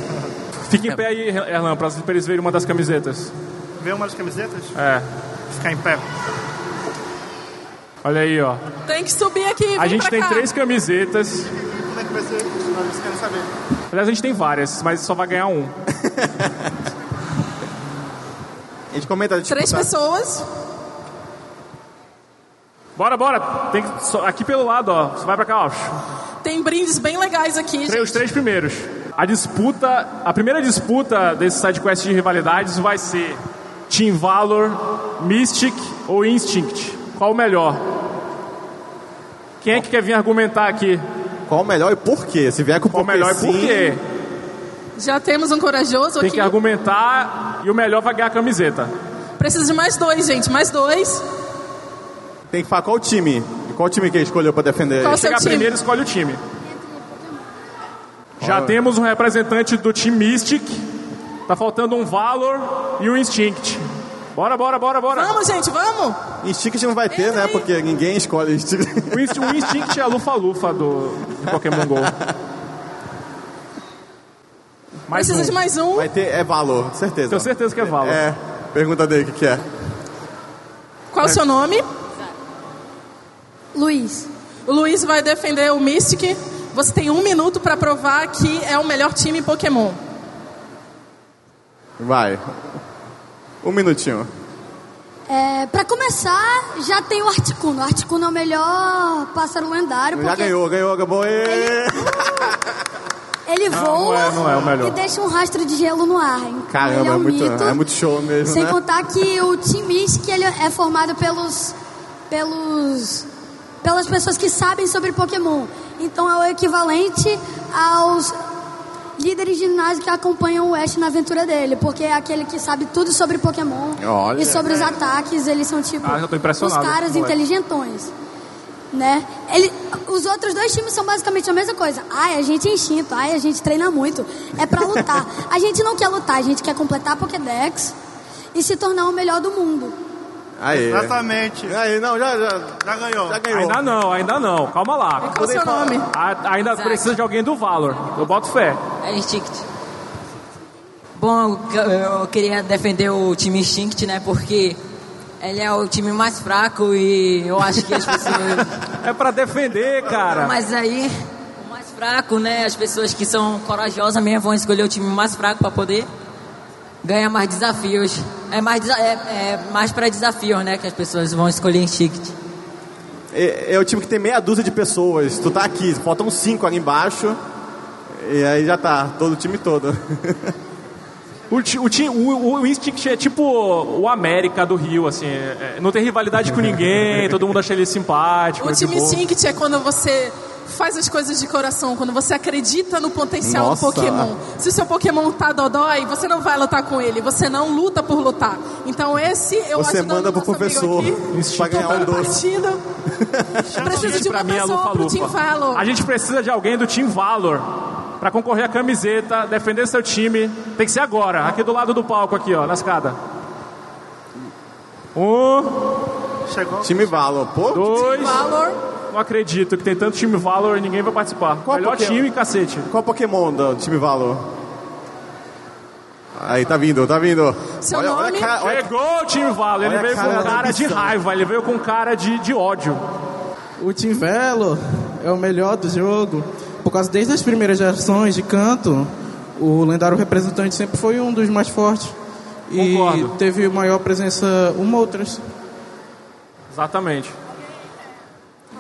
Fica em pé aí, Erlan, pra eles verem uma das camisetas.
Vê uma das camisetas?
É.
Ficar em pé.
Olha aí, ó.
Tem que subir aqui.
A
vem
gente
pra
tem
cá.
três camisetas.
Como é que vai ser? Nós queremos saber.
Aliás, a gente tem várias, mas só vai ganhar um.
A gente comenta, a gente
Tá.
Três
comenta.
pessoas.
Bora, bora! Tem que, só- aqui pelo lado, ó. Você vai pra cá, ó.
Tem brindes bem legais aqui.
Tre- os três primeiros. A disputa, a primeira disputa desse sidequest de rivalidades vai ser Team Valor, Mystic ou Instinct. Qual o melhor? Quem é que quer vir argumentar aqui?
Qual o melhor e por quê? Se vier com
Qual o melhor e por quê?
Já temos um corajoso
Tem
aqui.
que argumentar e o melhor vai ganhar a camiseta.
Precisa de mais dois, gente. Mais dois.
Tem que falar qual time. Qual time que ele escolheu pra defender?
Qual
Quem
o seu
chegar
time?
é? primeiro escolhe o time. Já temos um representante do time Mystic. Tá faltando um Valor e um Instinct. Bora, bora, bora, bora.
Vamos, gente, vamos.
Instinct não vai ter, né? Porque ninguém escolhe Instinct.
O Inst- o Instinct é a lufa-lufa do, do Pokémon GO. Mais
Precisa de
um.
mais um.
Vai ter, é valor, certeza.
Tenho certeza que é Valor.
É, pergunta dele o que, que é.
É.
Qual o seu nome?
Luiz.
O Luiz vai defender o Mystic. Você tem um minuto pra provar que é o melhor time Pokémon.
Vai. Um minutinho.
É, pra começar, já tem o Articuno. O Articuno é o melhor pássaro lendário.
Já
porque
ganhou, ganhou, acabou. Ê!
é um
Ele voa
não é- não é o melhor.
e deixa um rastro de gelo no ar. Então, ele
Caramba,
é
é
um
muito,
mito.
é muito show mesmo,
Sem
né?
contar que o Team Mystic ele é formado pelos, pelos, pelas pessoas que sabem sobre Pokémon. Então é o equivalente aos líderes de ginásio que acompanham o Ash na aventura dele, porque é aquele que sabe tudo sobre Pokémon
Olha.
e sobre os ataques, eles são tipo
Ah, já tô impressionado,
os caras
moleque.
inteligentões. Né? Ele, os outros dois times são basicamente a mesma coisa. Ai, a gente é instinto, ai, a gente treina muito. É pra lutar. a gente não quer lutar, a gente quer completar a Pokédex e se tornar o melhor do mundo.
Aí.
Exatamente.
Aí, não, já, já,
Já ganhou.
já ganhou.
Ainda não, ainda não. Calma lá.
Qual o seu nome?
A- ainda
Isaac.
precisa de alguém do Valor. Eu boto fé.
É Instinct. Bom, eu eu queria defender o time Instinct, né? Porque ele é o time mais fraco e eu acho que as pessoas.
É pra defender, cara.
Mas aí, o mais fraco, né? As pessoas que são corajosas mesmo vão escolher o time mais fraco pra poder ganhar mais desafios. É mais, desa- é, é mais pra desafios, né? Que as pessoas vão escolher Instinct.
É, é o time que tem meia dúzia de pessoas. Tu tá aqui, faltam cinco ali embaixo. E aí já tá, todo o time todo.
O, ti- o, ti- o- o Instinct é tipo o América do Rio, assim. é- é- não tem rivalidade com ninguém, todo mundo acha ele simpático.
O
é de
time
boa.
Instinct é quando você faz as coisas de coração, quando você acredita no potencial
Nossa.
do Pokémon. Se o seu Pokémon tá dodói, você não vai lutar com ele, você não luta por lutar. Então esse eu
Você
ajudando
manda
o
pro
nosso amigo
professor
é aqui,
pra ganhar um
tomando
doce.
partido. Precisa de
Pra
uma
mim é
pessoa pro Team Valor.
A gente precisa de alguém do Team Valor pra concorrer à camiseta, defender seu time. Tem que ser agora, aqui do lado do palco, aqui, ó, na escada. Um,
Chegou.
Time Valor, pô.
dois.
Valor.
Não acredito que tem tanto time Valor e ninguém vai participar. Melhor
Pokémon?
time, cacete.
Qual Pokémon do time Valor? Aí, tá vindo, tá vindo.
Seu
olha, olha,
nome?
a cara, olha,
Chegou o time Valor, ele
Olha a
veio
cara
com
da
cara de
ambição.
raiva, ele veio com cara de, de ódio.
O Team Velo é o melhor do jogo, por causa desde as primeiras gerações de canto, o lendário representante sempre foi um dos mais fortes. E
Concordo.
teve maior presença uma outras.
Exatamente.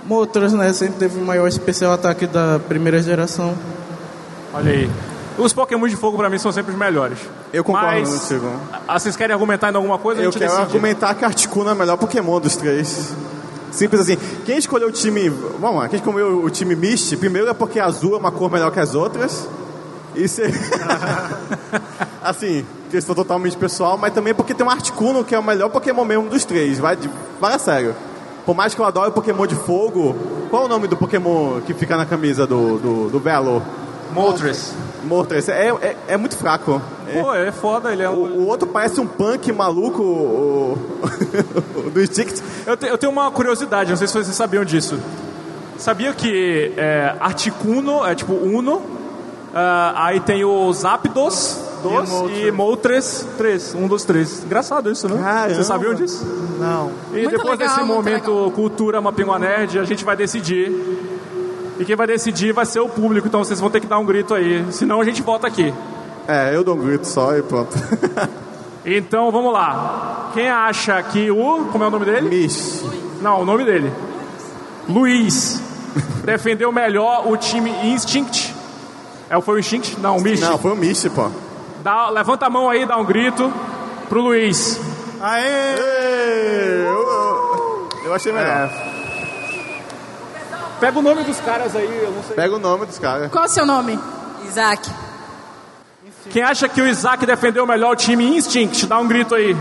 Uma outras, né? Sempre teve o maior especial ataque da primeira geração.
Olha aí. Os Pokémon de fogo pra mim são sempre os melhores.
Eu concordo
Mas,
contigo.
ah, vocês querem argumentar em alguma coisa? A
Eu
gente
quero
decide.
argumentar que Articuno é o melhor Pokémon dos três.
Simples assim. Quem escolheu o time. Vamos lá, quem escolheu o time Mist, primeiro é porque azul é uma cor melhor que as outras. E se... assim, questão totalmente pessoal, mas também porque tem um Articuno que é o melhor Pokémon mesmo dos três. Vai, de... vai a sério. Por mais que eu adore Pokémon de fogo, qual é o nome do Pokémon que fica na camisa do, do, do Velo?
Moltres.
Moltres. É, é, é muito fraco.
Pô, é foda, ele é
um... O, o outro parece um punk maluco o- o- do Instinct.
Eu, te- eu tenho uma curiosidade, não sei se vocês sabiam disso. Sabia que é, Articuno é tipo Uno, ah, aí tem o Zapdos, dois, e Moltres, três. Um, dos três. Engraçado isso, né? Vocês sabiam disso?
Não.
E depois desse momento cultura Mapingua Nerd, a gente vai decidir. E quem vai decidir vai ser o público, então vocês vão ter que dar um grito aí. Senão a gente volta aqui.
É, eu dou um grito só e pronto.
Então vamos lá. Quem acha que o. Como é o nome dele?
Miss.
Não, o nome dele. Luiz. Defendeu melhor o time Instinct. É, foi o Instinct? Não, o Mish. Não,
foi o Mish, pô.
Dá, levanta a mão aí, dá um grito pro Luiz.
Aê! Eu, eu achei melhor.
É. Pega o nome dos caras aí, eu não sei.
Pega o nome dos caras.
Qual é o seu nome?
Isaac.
Quem acha que o Isaac defendeu melhor o time Instinct, dá um grito aí.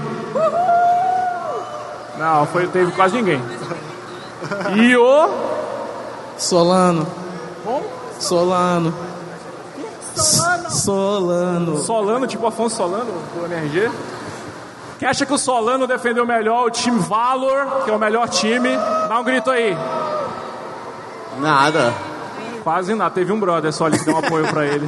Não, foi, teve quase ninguém. E o.
Solano. Solano. Solano.
Solano, tipo Afonso Solano, do MRG. Quem acha que o Solano defendeu melhor o time Valor, que é o melhor time, dá um grito aí.
Nada.
Quase nada. Teve um brother só ali que deu um apoio pra ele.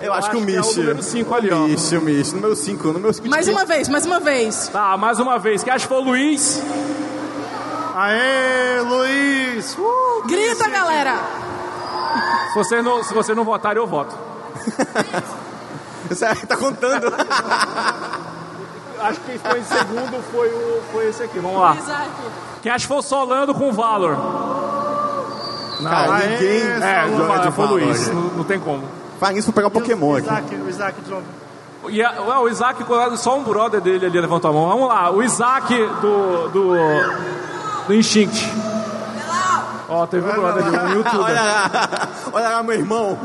Eu acho que o Mish.
É o número 5 ali, ó.
Mish, o Mish. Número 5, número 5.
Mais uma vez, mais uma vez.
Tá, mais uma vez. Quem acha que foi o Luiz?
Aê, Luiz! Uh,
Grita, galera!
Se vocês não, se vocês não votarem, eu voto.
tá contando.
Acho que foi em segundo, foi, o, foi esse aqui. Vamos lá. Quem acha que foi o Solano com o Valor? Não,
Cara, ninguém
É,
joga
não,
de
foi o
Valor,
Luiz.
gente.
Não, não tem como.
Faz isso pra pegar o Pokémon aqui.
Isaac, o Isaac de novo.
E a- ué, o Isaac, só um brother dele ali levantou a mão. Vamos lá, o Isaac do. do. do Instinct. Ó, teve um brother ali, um youtuber.
Olha lá, olha lá, meu irmão.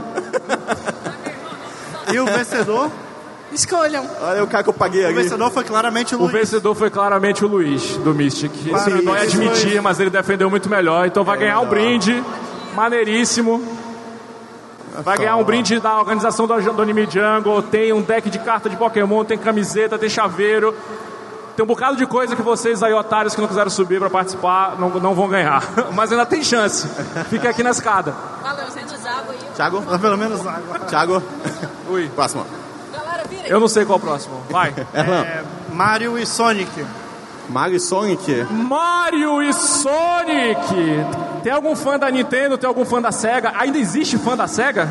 E o vencedor?
Escolham.
Olha o cara que eu paguei
O
ali.
vencedor foi claramente o
O
Luiz.
vencedor foi claramente o Luiz, do Mystic. Esse
Parabéns,
não ia admitir,
Luiz.
mas ele defendeu muito melhor. Então
É,
vai ganhar um brinde, maneiríssimo. Vai ganhar um brinde da organização do, do Anime Jungle. Tem um deck de carta de Pokémon, tem camiseta, tem chaveiro. Tem um bocado de coisa que vocês aí, otários, que não quiseram subir pra participar, não, não vão ganhar. Mas ainda tem chance. Fica aqui na escada.
Valeu, gente. Água aí.
Thiago?
Pelo menos água.
Thiago?
Ui.
Próximo.
Eu não sei qual é o próximo. Vai.
É, Mario e Sonic.
Mario e Sonic?
Mario e Sonic! Tem algum fã da Nintendo? Tem algum fã da SEGA? Ainda existe fã da SEGA?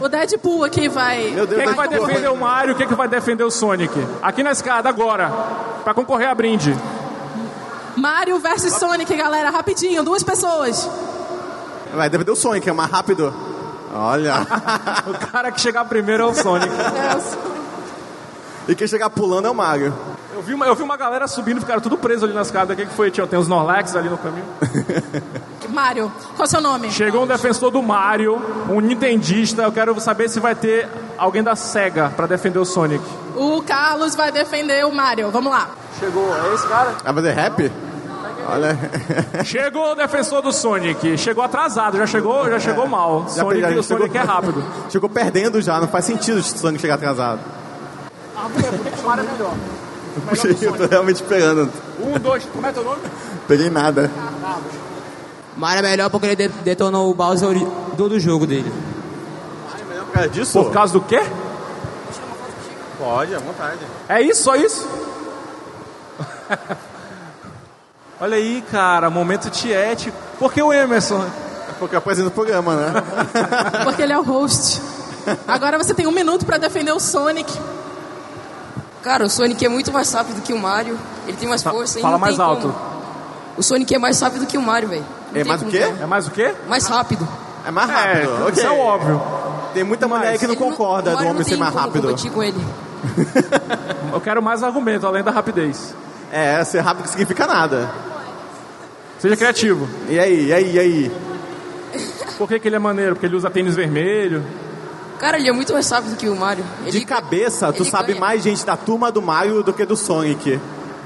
O Deadpool aqui vai.
Quem
tá
é que vai defender o Mario? Quem é que vai defender o Sonic? Aqui na escada, agora. Pra concorrer a brinde.
Mario versus Sonic, galera, rapidinho, duas pessoas.
Vai, deve ter o Sonic, é mais rápido. Olha.
o cara que chegar primeiro é o Sonic.
e quem chegar pulando é o Mario.
Eu vi uma, eu vi uma galera subindo, ficaram tudo preso ali na escada. O que, que foi, tio? Tem uns Norlax ali no caminho.
Mário, qual é o seu nome?
Chegou um defensor do Mario, um nintendista. Eu quero saber se vai ter alguém da SEGA pra defender o Sonic.
O Carlos vai defender o Mário. Vamos lá.
Chegou, é esse cara?
Vai fazer rap? Olha.
Chegou o defensor do Sonic. Chegou atrasado, já chegou, já
É.
chegou mal. Sonic, o Sonic é rápido.
Chegou perdendo já, não faz sentido o Sonic chegar atrasado. é
Para melhor.
Puxa, eu tô realmente esperando.
Um, dois, como é teu nome?
Peguei nada.
Mario é melhor porque ele de- detonou o Bowser ori- do, do jogo dele.
Ah, é Por causa disso?
Por causa do quê?
Pode, à vontade.
É isso, só isso? Olha aí, cara, momento tiete. Por que o Emerson?
É Porque apresenta o programa, né?
Porque ele é o host. Agora você tem um minuto pra defender o Sonic.
Cara, o Sonic é muito mais rápido que o Mario. Ele tem mais força. e
Fala
não tem
mais alto.
como. O Sonic é mais rápido que o Mario, velho. Não
É
tem
mais o
como
quê?
não.
É mais o quê?
Mais rápido.
É mais rápido.
É, isso é
ok.
óbvio.
Tem muita mulher aí que não concorda do
Mario
homem
não
ser
tem
mais
como
rápido.
competir com ele.
Eu quero mais argumento, além da rapidez.
É, ser rápido que significa nada.
Seja criativo.
E aí, e aí, e aí?
Por que, que ele é maneiro? Porque ele usa tênis vermelho.
Cara, ele é muito mais rápido que o Mario. Ele
De cabeça, tu
ele
sabe
ganha.
mais gente da turma do Mario do que do Sonic.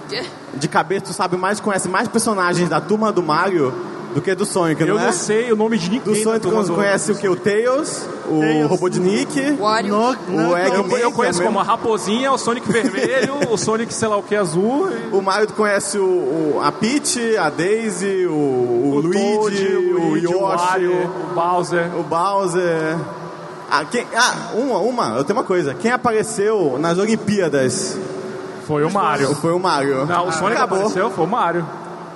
Quê?
De cabeça, tu sabe mais, conhece mais personagens da turma do Mario do que do Sonic,
Eu
não é?
não sei o nome de ninguém.
Do Sonic
turma do-
conhece o que? O Tails, o Robotnik, o
eu,
Eggman.
eu conheço
também.
como a Raposinha, o Sonic Vermelho, o Sonic sei lá o que azul. e-
O Mario tu conhece o, o- a Peach, a Daisy, o, o, Luigi, o Yoshi, o,
Wario, Bowser.
O Bowser. Ah, quem, ah, uma, uma, eu tenho uma coisa. Quem apareceu nas Olimpíadas?
Foi o Mario.
Foi o Mario.
Não, o Sonic apareceu, foi o Mario.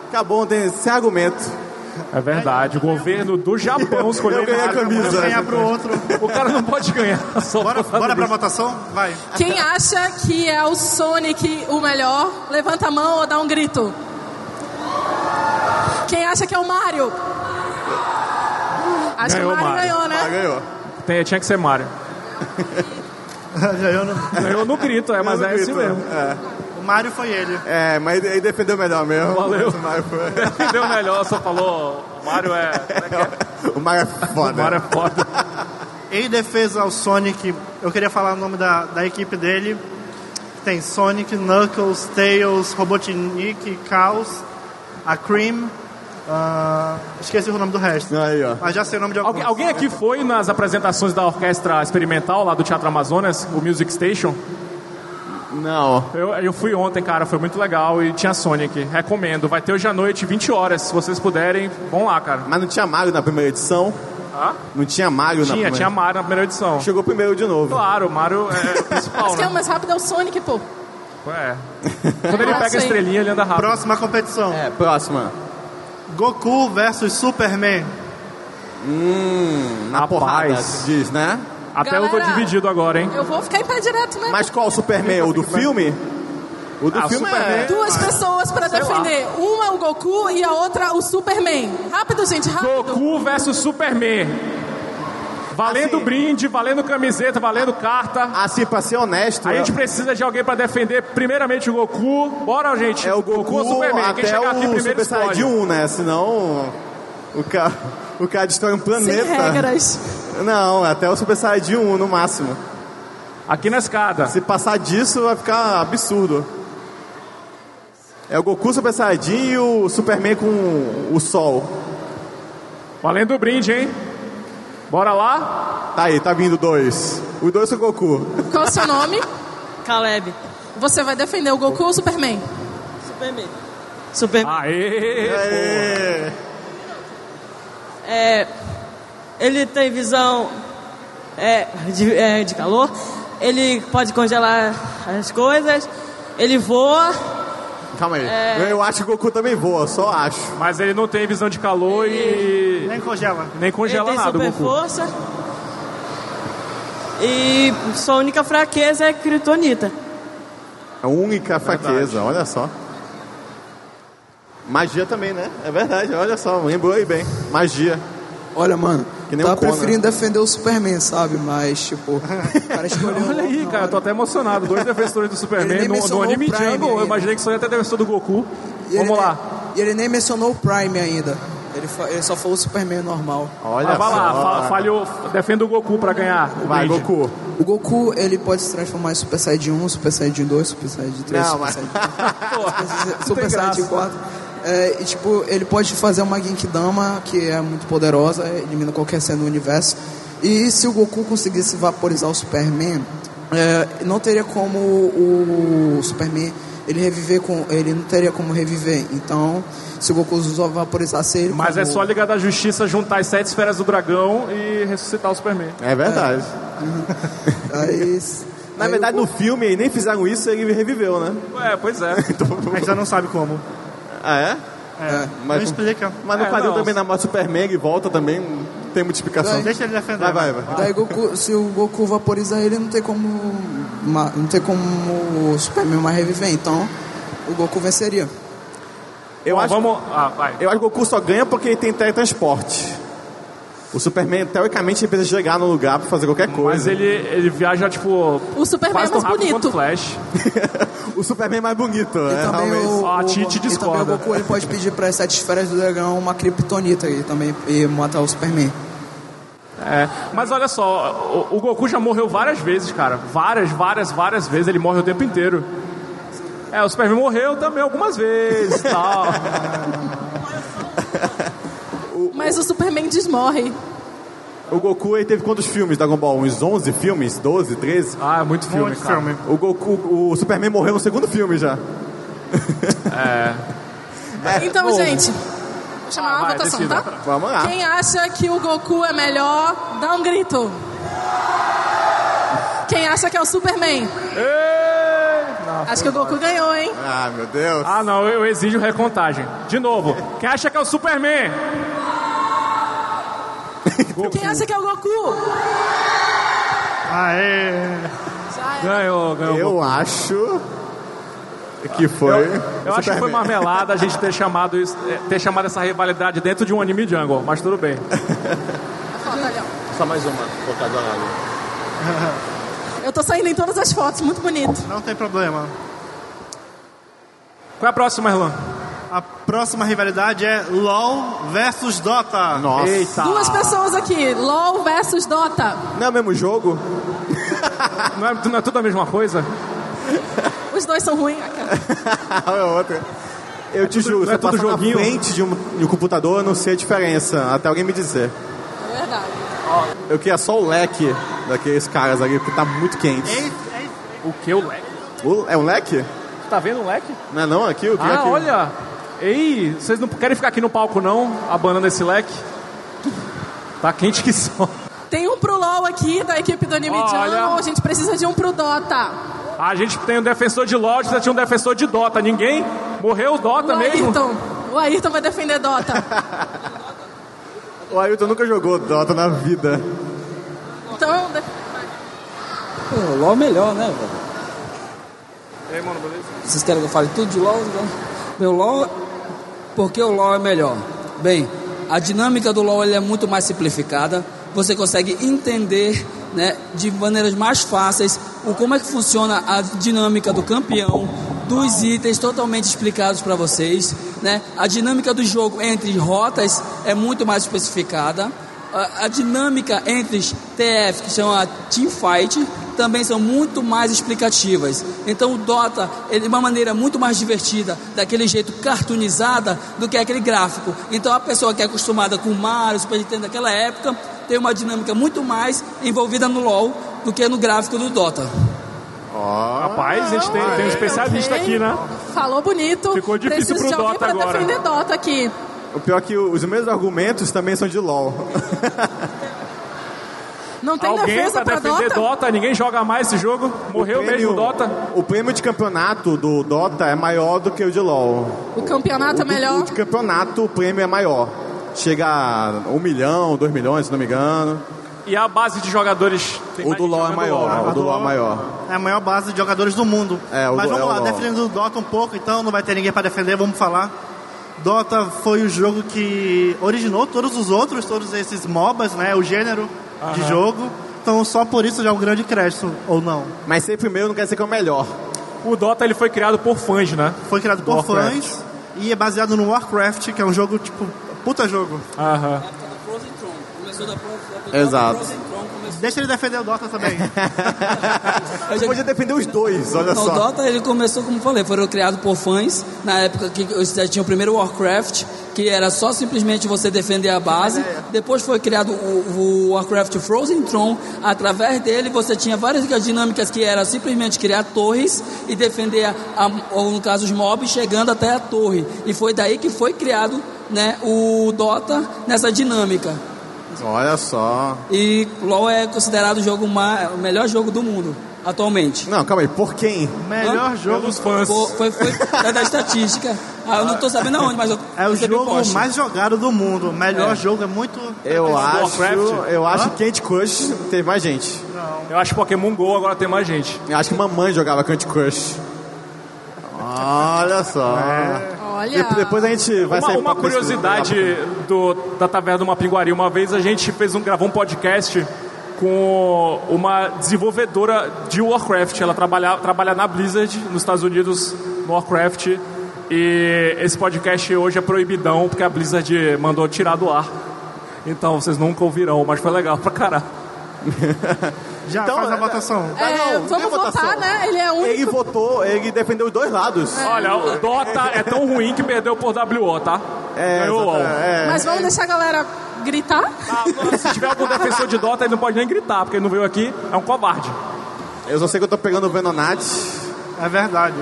Acabou, não tem sem argumento.
É verdade, o governo do Japão escolheu
Eu ganhei a
o Mario.
camisa.
Pra ganhar
pro outro.
O cara não pode ganhar. Bora,
Bora pra votação? Vai.
Quem acha que é o Sonic o melhor, levanta a mão ou dá um grito. Quem acha que é o Mario? Acho
Ganhou o
que o
Mario.
Mario, ganhou, né?
ganhou.
Tem, tinha que ser Mario.
Ganhou no,
ganhou no grito, é, mas
no
é esse
grito,
mesmo.
O Mario foi ele.
É, mas ele defendeu melhor mesmo.
Valeu.
O Mario, foi-
Deu melhor, só falou. O Mario é. como é que é?
o Mario é foda.
O Mario é foda.
Em defesa ao Sonic, eu queria falar o nome da, da equipe dele. Tem Sonic, Knuckles, Tails, Robotnik, Chaos, a Cream. ah, esqueci o nome do resto.
Aí, ó.
Mas já sei o nome de alguns.
Alguém, alguém aqui foi nas apresentações da orquestra experimental lá do Teatro Amazonas, o Music Station?
Não.
Eu, eu fui ontem, cara, foi muito legal e tinha Sonic. Recomendo. Vai ter hoje à noite, 20 horas, se vocês puderem. Vão lá, cara.
Mas não tinha Mario na primeira edição?
Hã?
Não tinha Mario na
Tinha,
primeira
tinha Mario na primeira edição.
Chegou primeiro de novo.
Claro, o Mario é o
Mas
principal,
quem é
né?
o mais rápido é o Sonic, pô.
É. Quando ele
Ah,
pega a
sim.
estrelinha, ele anda rápido.
Próxima competição.
É, próxima.
Goku versus Superman.
Hum, na
Rapaz.
porrada, se diz, né?
Até eu tô
Galera,
dividido agora, hein?
Eu vou ficar em pé direto, né?
Mas qual o Superman? O do filme? O do
Ah,
filme
Superman.
é...
Duas pessoas pra
Sei lá.
defender. Uma é o Goku e a outra o Superman. Rápido, gente, rápido.
Goku versus Superman. Valendo
Assim.
brinde, valendo camiseta, valendo carta.
Assim, pra ser honesto,
A
é,
gente precisa de alguém pra defender primeiramente o Goku. Bora, gente.
é o Goku,
ou Superman. Quem
até
chegar aqui
o
primeiro
Super
escolhe.
Saiyajin 1, né? Senão o cara, o cara destrói um planeta.
Sem regras.
Não, é até o Super Saiyajin 1 no máximo.
Aqui na escada.
Se passar disso, vai ficar absurdo. É o Goku Super Saiyajin e o Superman com o Sol.
Valendo o brinde, hein? Bora lá?
Tá aí, tá vindo dois. Os dois são Goku.
Qual é o seu nome?
Caleb.
Você vai defender o Goku ou o Superman?
Superman. Superman.
Aê!
Aê!
É, ele tem visão é, de, é, de calor. Ele pode congelar as coisas. Ele voa.
Calma aí.
É.
Eu acho que o Goku também voa, só acho.
Mas ele não tem visão de calor e.
Nem congela.
Nem
Ele
congela
tem
nada, o
super
Goku.
força. E sua única fraqueza é Kryptonita.
É a única fraqueza, olha só. Magia também, né? É verdade, olha só, lembrou aí bem. Magia.
Olha, mano,
Que nem
tava
o Conan.
Tá preferindo defender o Superman, sabe? Mas, tipo, o cara escolheu.
Olha aí, cara, eu tô até emocionado. Dois defensores do
Ele
Superman no,
nem
no
mencionou
anime
o Prime
Jungle. Eu
ainda.
imaginei que só ia até defensor do Goku.
E ele
Vamos
nem-
lá.
E ele nem mencionou o Prime ainda. Ele, fa- ele só falou o Superman normal.
Olha
Mas Ah, vai lá,
só.
fa- falhou, defenda o Goku pra ganhar. o
Vai,
brinde.
Goku.
O Goku, ele pode se transformar em Super Saiyajin 1, Super Saiyajin 2, Super Saiyajin 3,
Não,
Super
mas-
Saiyajin 4, Super Saiyajin 4. É, e, tipo, ele pode fazer uma Genkidama, que é muito poderosa, elimina qualquer cena do universo. E se o Goku conseguisse vaporizar o Superman, é, não teria como o Superman ele reviver com ele não teria como reviver. Então, se o Goku só vaporizasse ele,
Mas é
como-
só a Liga da Justiça juntar as sete esferas do dragão e ressuscitar o Superman.
É verdade.
aí,
É, Na verdade, no filme nem fizeram isso ele reviveu, né?
Ué, pois é.
Mas já não sabe como.
Ah, é?
É.
Mas-
não explica.
Mas no
É,
quadril
não.
também na morte do Superman ele volta também, não tem multiplicação.
Deixa ele defender.
Vai, vai, vai.
Daí Goku, se o Goku vaporizar ele, não tem como. ma- Não tem como o Superman mais reviver, então o Goku venceria.
Eu,
Bom,
acho,
Vamos. Ah, vai.
eu acho que o Goku só ganha porque ele tem teletransporte. O Superman, teoricamente, ele precisa chegar no lugar pra fazer qualquer coisa.
Mas ele, ele viaja, tipo.
O Superman é
Quase tão
mais
rápido quanto o
bonito.
Flash.
o Superman mais bonito.
E
é,
também
realmente.
o, o- e também o Goku ele pode pedir para as sete esferas do dragão uma kryptonita e também e matar o Superman.
É, mas olha só, o, o Goku já morreu várias vezes, cara. Várias, várias, várias vezes. Ele morre o tempo inteiro. É, o Superman morreu também algumas vezes tal.
Mas o Superman desmorre.
O Goku ele teve quantos filmes Dragon Ball? Uns 11 filmes? 12, 13?
Ah, muito
filme,
Muito cara. filme.
O Goku, o Superman morreu no segundo filme já.
É.
Então,
bom.
gente, vou chamar
Ah,
a
vai,
votação,
decida.
tá?
Vamos lá.
Quem acha que o Goku é melhor, dá um grito. Quem acha que é o Superman? Acho que o Goku ganhou, hein?
Ah, meu Deus.
Ah, não, eu exijo recontagem. De novo, quem acha que é o Superman?
Quem acha que é o Goku?
Aê! Ganhou, ganhou.
Eu acho que foi.
Eu, eu acho que foi marmelada a gente ter chamado, isso, eh, ter chamado essa rivalidade dentro de um anime jungle, mas tudo bem.
Só mais uma, por causa da água.
Eu tô saindo em todas as fotos, muito bonito.
Não tem problema.
Qual é a próxima, Erlan?
A próxima rivalidade é LOL versus Dota.
Nossa.
tá.
Eita.
Duas pessoas aqui, LOL versus Dota.
Não é o mesmo jogo?
não, é, não é tudo a mesma coisa?
Os dois são ruins.
é outra. Eu te juro, se
é
eu
tudo
passar
joguinho?
na frente de um, de um computador, eu não sei a diferença. Até alguém me dizer.
É verdade.
Eu queria só o leque daqueles caras ali, porque tá muito
É
quente.
O que, o leque?
O- é um leque?
Tá vendo o leque?
Não é não aqui? O que é
Ah,
aqui?
olha! Ei, vocês não querem ficar aqui no palco não, abanando esse leque? Tá quente que só.
Tem um pro LOL aqui, da equipe do Anime Jungle. A gente precisa de um pro Dota.
A gente tem um defensor de LOL, a gente tinha um defensor de Dota. Ninguém morreu o Dota
o
mesmo?
Ayrton. O Ayrton vai defender Dota.
O Ailton nunca jogou Dota na vida.
Então, de-
Pô, LOL é melhor, né, velho?
E aí, mano, beleza?
Vocês querem que eu fale tudo de LOL? Então? Meu LOL. Por que o LOL é melhor? Bem, a dinâmica do LOL ele é muito mais simplificada. Você consegue entender né, de maneiras mais fáceis o como é que funciona a dinâmica do campeão, dos itens totalmente explicados para vocês. Né? A dinâmica do jogo entre rotas é muito mais especificada. A, a dinâmica entre os TF, que chama Team Fight, também são muito mais explicativas. Então o Dota, ele de uma maneira muito mais divertida, daquele jeito cartoonizada, do que aquele gráfico. Então a pessoa que é acostumada com Mario, Super Nintendo daquela época, tem uma dinâmica muito mais envolvida no LoL do que no gráfico do Dota.
Rapaz, a gente tem, tem um especialista
Ah, é. ok.
aqui, né?
Falou bonito.
Ficou difícil
Preciso
pro
de alguém
Dota
pra
agora.
defender Dota aqui.
O pior é que os meus argumentos também são de LOL.
Não tem
Alguém
defesa
pra
pra
defender
Dota?
Dota? ninguém joga mais esse jogo. Morreu mesmo o Dota.
O prêmio de campeonato do Dota é maior do que o de LOL.
O campeonato é melhor.
O de campeonato, o prêmio é maior. Chega a um milhão, dois milhões, se não me engano.
E a base de jogadores. tem
O
mais
do
gente
LOL é
jogando
maior.
LOL.
O do LOL é maior.
É a maior base de jogadores do mundo.
É, o
Mas
do-
vamos
é o
lá,
LoL.
definindo o Dota um pouco, então não vai ter ninguém pra defender, vamos falar. Dota foi o jogo que originou todos os outros, todos esses MOBAs, né? O gênero de
Aham.
jogo. Então só por isso já é um grande crédito, ou não.
Mas ser primeiro não quer dizer que é o melhor.
O Dota ele foi criado por fãs, né?
Foi criado por
Warcraft.
fãs e é baseado no Warcraft, que é um jogo tipo. Puta jogo.
Aham.
Exato.
Deixa ele defender o Dota também.
Eu podia defender os dois, olha
Então,
só.
O Dota ele começou, como eu falei, foram criados por fãs na época que já tinha o primeiro Warcraft, que era só simplesmente você defender a base.
É.
Depois foi criado o, o Warcraft Frozen Throne. Através dele você tinha várias dinâmicas que era simplesmente criar torres e defender, a, a- ou no caso os mobs, chegando até a torre. E foi daí que foi criado né, o Dota nessa dinâmica.
Olha só.
E LoL é considerado o jogo ma- o melhor jogo do mundo atualmente.
Não, calma aí, por quem?
Melhor jogo
dos fãs. Foi, foi, é da estatística. Ah, eu não tô sabendo aonde, mas eu
É o
recebi
jogo
post.
mais jogado do mundo. Melhor
É.
jogo é muito.
Eu acho, eu acho
Hã?
que Candy Crush teve mais gente.
Eu acho que Pokémon GO agora tem mais gente.
Eu acho que mamãe jogava Candy Crush. Olha só.
Olha.
De- Depois a gente vai
Uma,
sair
uma
pra pesquisar.
curiosidade do, da Taverna do Mapinguari. Uma vez a gente fez um, gravou um podcast com uma desenvolvedora de Warcraft. Ela trabalha, trabalha na Blizzard, nos Estados Unidos, no Warcraft. E esse podcast hoje é proibidão, porque a Blizzard mandou tirar do ar. Então vocês nunca ouvirão, mas foi legal pra caralho.
Já
Então,
faz a votação.
É, vamos votar, né? Ele é o único.
Ele votou, ele defendeu os dois lados.
É. Olha, o Dota é tão ruim que perdeu por WO, tá? É, Ganhou o LOL. Ah,
Mas vamos deixar a galera gritar?
Se tiver algum defensor de Dota, ele não pode nem gritar, porque ele não veio aqui, é um covarde.
Eu só sei que eu tô pegando o Venonat.
É verdade.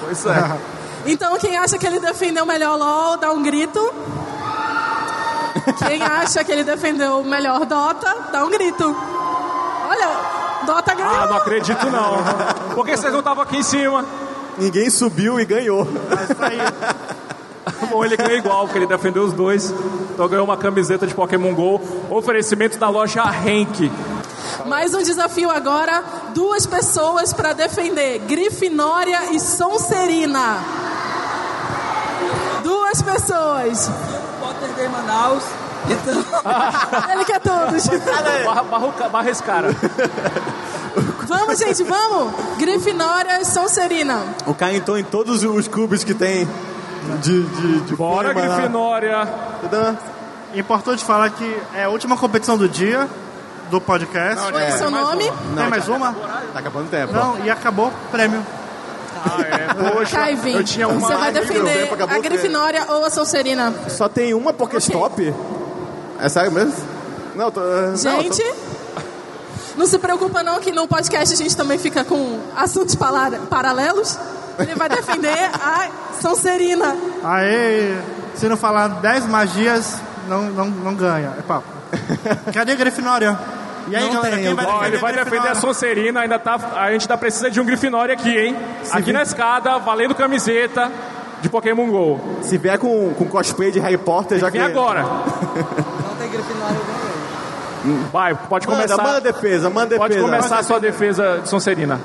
Pois é.
Então, quem acha que ele defendeu melhor LOL, dá um grito. Quem acha que ele defendeu melhor Dota, dá um grito. Olha, Dota ganhou.
Ah, não acredito não. Porque vocês não estavam aqui em cima.
Ninguém subiu e ganhou.
Bom, ele ganhou igual, porque ele defendeu os dois. Então ganhou uma camiseta de Pokémon GO. Oferecimento da loja Henk.
Mais um desafio agora: duas pessoas para defender Grifinória e Sonserina. Duas pessoas.
Potter de Manaus. então.
Ele quer todos.
Barra, barra, o ca- barra esse cara.
Vamos, gente, vamos! Grifinória e Sonserina.
O cara entrou em todos os clubes que tem de. de, de
Bora,
clima lá.
né?
Grifinória.
Importante falar que é a última competição do dia do podcast.
Qual é o seu nome?
Tem mais uma?
Tá acabando o tempo.
Não, e acabou o prêmio.
Ah, é.
Caivin. Você vai defender a Grifinória ou a Sonserina?
Só tem uma Pokéstop? É sério mesmo? Não, tô. não,
Gente,
tô-
não se preocupa não que no podcast a gente também fica com assuntos pala- paralelos. Ele vai defender a Sonserina.
Aê! Se não falar 10 magias, não, não, não ganha. É papo. Cadê a Grifinória? E aí, galera, quem vai
Ó,
defender
ele vai defender a Sonserina, ainda tá, a gente tá precisa de um Grifinória aqui, hein? aqui na escada, valendo camiseta de Pokémon GO.
Se vier com, com cosplay de Harry Potter, já que.
Vem agora. Vai, pode
Manda,
começar.
manda a defesa, manda a
Pode
defesa.
começar a sua defesa de Sonserina.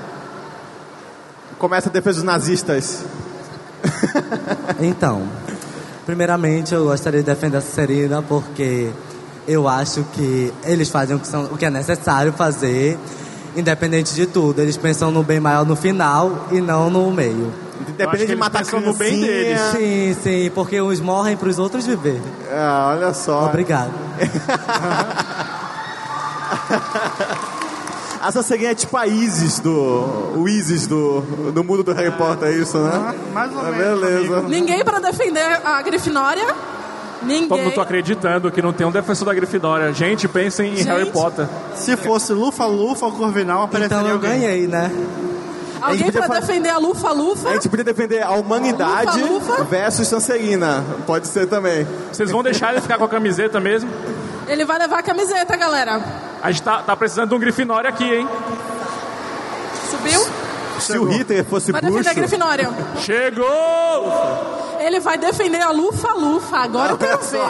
Começa a defesa dos nazistas.
Então, primeiramente eu gostaria de defender a Serena porque eu acho que eles fazem o que, são- o que é necessário fazer, independente de tudo. Eles pensam no bem maior no final e não no meio.
Independente de matar criancinha.
Sim, sim, porque uns morrem para os outros viver.
Ah, olha só.
Obrigado.
Essa seria é tipo a Isis do. O Isis do, do mundo do Harry Potter, é isso, né?
Ah,
Mais ou
menos. Beleza.
Ninguém para defender a Grifinória.
Como não
Ninguém.
tô acreditando que não tem um defensor da Grifinória. Gente, pensem em
Gente.
Harry Potter.
Tá
Se fosse Lufa Lufa ou Corvinal, apareceria
Então eu
alguém.
ganhei, né?
Alguém
podia
para
fa-
defender a Lufa Lufa.
A gente podia defender a humanidade
Lufa, lufa.
versus Sancerina. Pode ser também.
Vocês vão deixar ele ficar com a camiseta mesmo?
Ele vai levar a camiseta, galera.
A gente tá, tá precisando de um Grifinória aqui, hein?
Subiu?
Se o Hitler fosse
Vai defender a
bruxo.
Grifinória.
Chegou!
Ele vai defender a Lufa Lufa. Agora eu quero ver.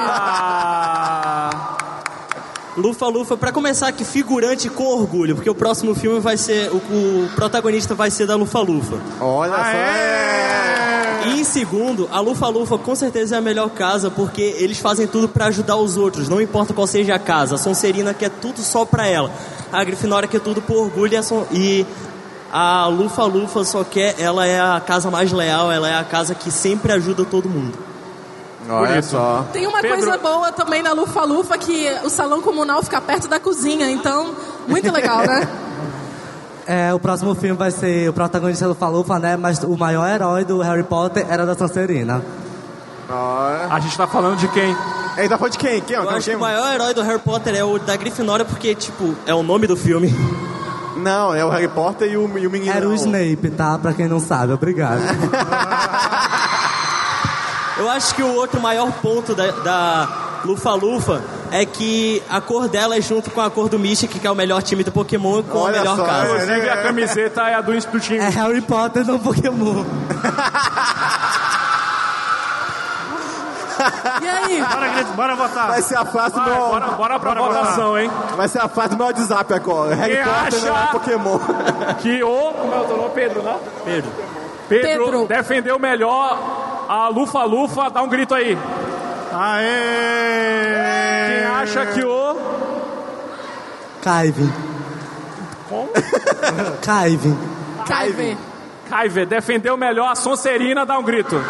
Lufa Lufa, pra começar aqui, figurante com orgulho, porque o próximo filme vai ser. O, o protagonista vai ser da Lufa Lufa.
Olha
só. E em segundo, a Lufa Lufa com certeza é a melhor casa, porque eles fazem tudo pra ajudar os outros, não importa qual seja a casa. A Sonserina quer tudo só pra ela. A Grifinória quer tudo por orgulho e a, Son- e a Lufa Lufa só quer. Ela é a casa mais leal, ela é a casa que sempre ajuda todo mundo.
Olha só.
Tem uma
Pedro.
coisa boa também na Lufa Lufa que o salão comunal fica perto da cozinha, então muito legal, né?
É, o próximo filme vai ser o protagonista do Falufa, né? Mas o maior herói do Harry Potter era da Sancerina.
A gente tá falando de quem?
Ele tá falando de quem? Quem?
Eu acho que o maior herói do Harry Potter é o da Grifinória, porque, tipo, é o nome do filme.
Não, é o Harry Potter e o, e o menino.
Era o Snape, tá? Pra quem não sabe, obrigado.
Eu acho que o outro maior ponto da, da Lufa Lufa é que a cor dela é junto com a cor do Mystic, que é o melhor time do Pokémon, com a melhor
é,
casa.
né?
Inclusive, né? a camiseta é a do do time.
É Harry Potter no Pokémon.
E aí?
Bora, grito, bora votar.
Vai ser a frase do meu.
Bora, bora pra votação, hein?
Vai ser a frase do meu WhatsApp agora. Harry
Quem
Potter não é
acha?
Pokémon.
Que o. Como é o teu nome? Pedro, né?
Pedro.
Pedro, defendeu melhor a Lufa Lufa. Dá um grito aí.
Aê!
Quem acha que o.
Caive.
Como?
Caive.
Caive. Caive, defendeu melhor a Sonserina, dá um grito.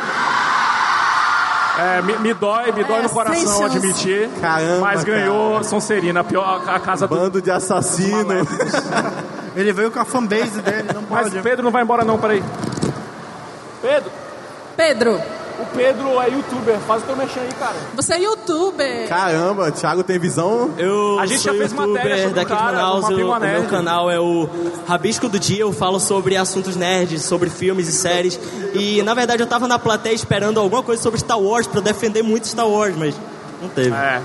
É, me, me dói, me dói no coração
chance.
admitir.
Caramba,
mas ganhou a Sonserina, a pior a casa do.
Bando de assassinos.
Ele veio com a fanbase dele, não
Mas Pedro não vai embora não, peraí. Pedro!
Pedro!
O Pedro é youtuber, faz o teu mexer aí, cara.
Você é youtuber.
Caramba, Thiago tem visão.
Eu
A gente
sou
já fez
youtuber
matéria sobre o
é, daqui
cara,
de Manaus.
uma
eu- o
Pimanerd.
meu canal é o Rabisco do Dia. Eu falo sobre assuntos nerds, sobre filmes e séries. E na verdade eu tava na plateia esperando alguma coisa sobre Star Wars pra defender muito Star Wars, mas não teve.
É,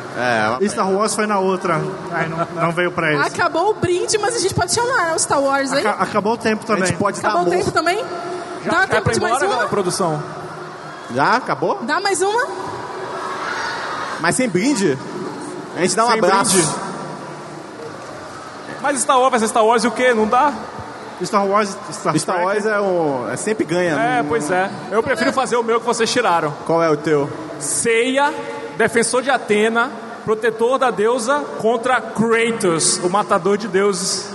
E Star Wars foi na outra. Aí não, não veio pra isso.
Acabou o brinde, mas a gente pode chamar né, o Star Wars, hein?
Aca- acabou o tempo também.
pode
Acabou o tempo também? Dá
é
tempo de mais uma?
produção?
Já acabou?
Dá mais uma?
Mas sem brinde? A gente dá um
Sem
abraço.
brinde. Mas Star Wars vai ser Star Wars e o quê? Não dá?
Star Wars, Star,
Star Wars é um. É sempre ganha.
É,
não-
pois é. Eu prefiro fazer o meu que vocês tiraram.
Qual é o teu?
Ceia, defensor de Atena, protetor da deusa contra Kratos, o matador de deuses.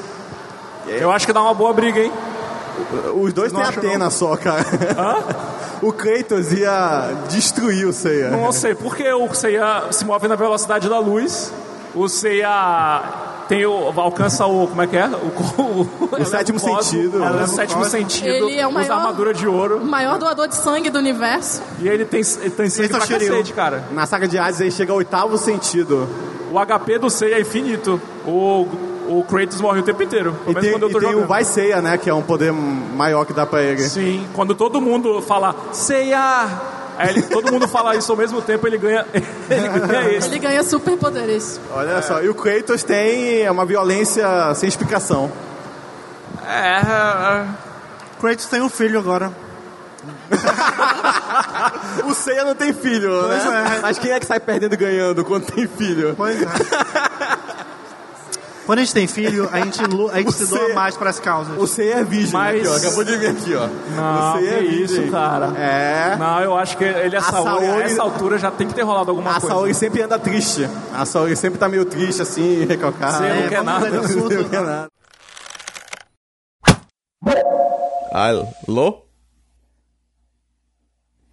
É.
Eu acho que dá uma boa briga, hein?
Os dois têm Atena só, cara. O Kratos ia destruir o Seiya.
Não sei, porque o Seiya se move na velocidade da luz, o Seiya tem o, alcança o. Como é que é? O, co- o,
sétimo
cosmo,
sentido.
O sétimo sentido.
Ele é o
Usa
maior-
armadura de ouro.
O maior doador de sangue do universo.
E ele tem, ele tem sangue
Eita,
pra
Shiryu.
cacete, cara.
Na saga de Hades aí chega ao oitavo sentido.
O HP do Seiya é infinito. O, o Kratos morre o tempo inteiro. Pelo
E
menos
tem,
quando eu
e
tô
tem
jogando.
o Vai Seiya, né? Que é um poder maior que dá pra ele.
Sim, quando todo mundo fala Seiya! Aí ele- todo mundo fala isso ao mesmo tempo, ele ganha, ele ganha esse.
Ele ganha superpoderes.
Olha
É.
só, e o Kratos tem é uma violência sem explicação.
É.
Kratos tem um filho agora.
O Seiya não tem filho,
Pois
né?
é.
Mas quem é que sai perdendo e ganhando quando tem filho?
Pois é. Quando a gente tem filho, a gente, lu- a gente se doa mais para as causas.
O Seiya é virgem,
Mas-
aqui, ó, acabou de vir aqui, ó.
Não,
o Seiya é
que
virgem.
isso, cara.
É.
Não, eu acho que ele é
A
Saori. A
Saori-
essa altura já tem que ter rolado alguma
A
coisa.
Saori sempre anda triste. A Saori sempre tá meio triste, assim, recalcada.
Você não É, quer vamos nada. sair
um
do assunto.
Não quer nada.
Alô?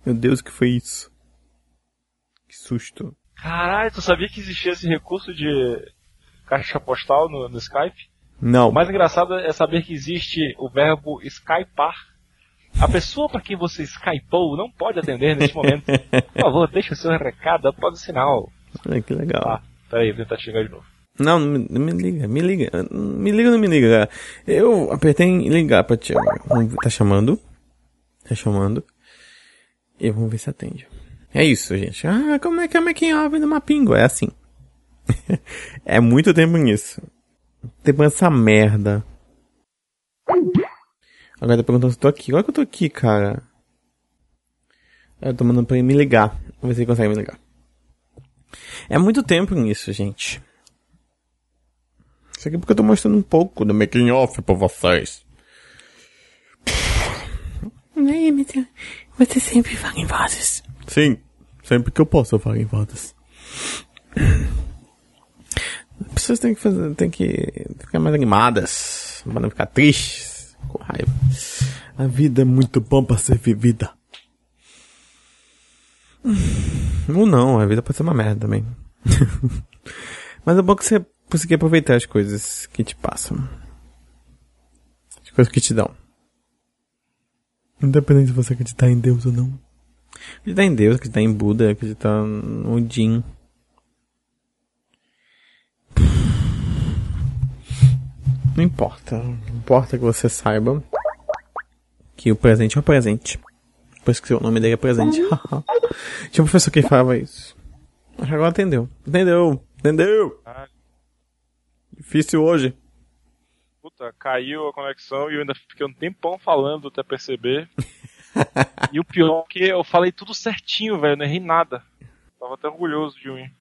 Meu Deus, o que foi isso? Que susto.
Caralho, tu sabia que existia esse recurso de caixa postal no, no Skype?
Não.
O mais engraçado é saber que existe o verbo skypar. A pessoa para quem você skypou não pode atender neste momento. Por favor, deixe o seu recado após o sinal.
Olha que legal.
Ah, peraí, vou tentar te ligar de novo.
Não, me, me liga, me liga. Me liga ou não me liga, cara? Eu apertei em ligar pra ti agora. Vamos ver, Tá chamando? Tá chamando. E vamos ver se atende. É isso, gente. Ah, como é que é making of do Mapingo? É assim. é muito tempo nisso. Tempo essa merda. Agora tá perguntando se eu tô aqui. Olha que eu tô aqui, cara. Eu tô mandando pra ele me ligar. Vamos ver se ele consegue me ligar. É muito tempo nisso, gente. Isso aqui é porque eu tô mostrando um pouco do making off pra vocês.
é, Você sempre fala em vozes.
Sim, sempre que eu posso eu falo em voltas. As pessoas têm que fazer, têm que ficar mais animadas, pra não ficar tristes, com raiva. A vida é muito bom pra ser vivida. Hum, Ou não, a vida pode ser uma merda também. Mas é bom que você conseguir aproveitar as coisas que te passam. As coisas que te dão. Independente se você acreditar em Deus ou não. Acreditar em Deus, acreditar em Buda, acreditar no Odin. Não importa. Não importa que você saiba que o presente é o presente. Por isso que o nome dele é presente. Tinha um professor que falava isso. Mas agora entendeu. Entendeu? Entendeu?
Ah,
Difícil hoje.
puta, caiu a conexão e eu ainda fiquei um tempão falando até perceber. e o pior é que eu falei tudo certinho, velho, não errei nada. Tava até orgulhoso de mim.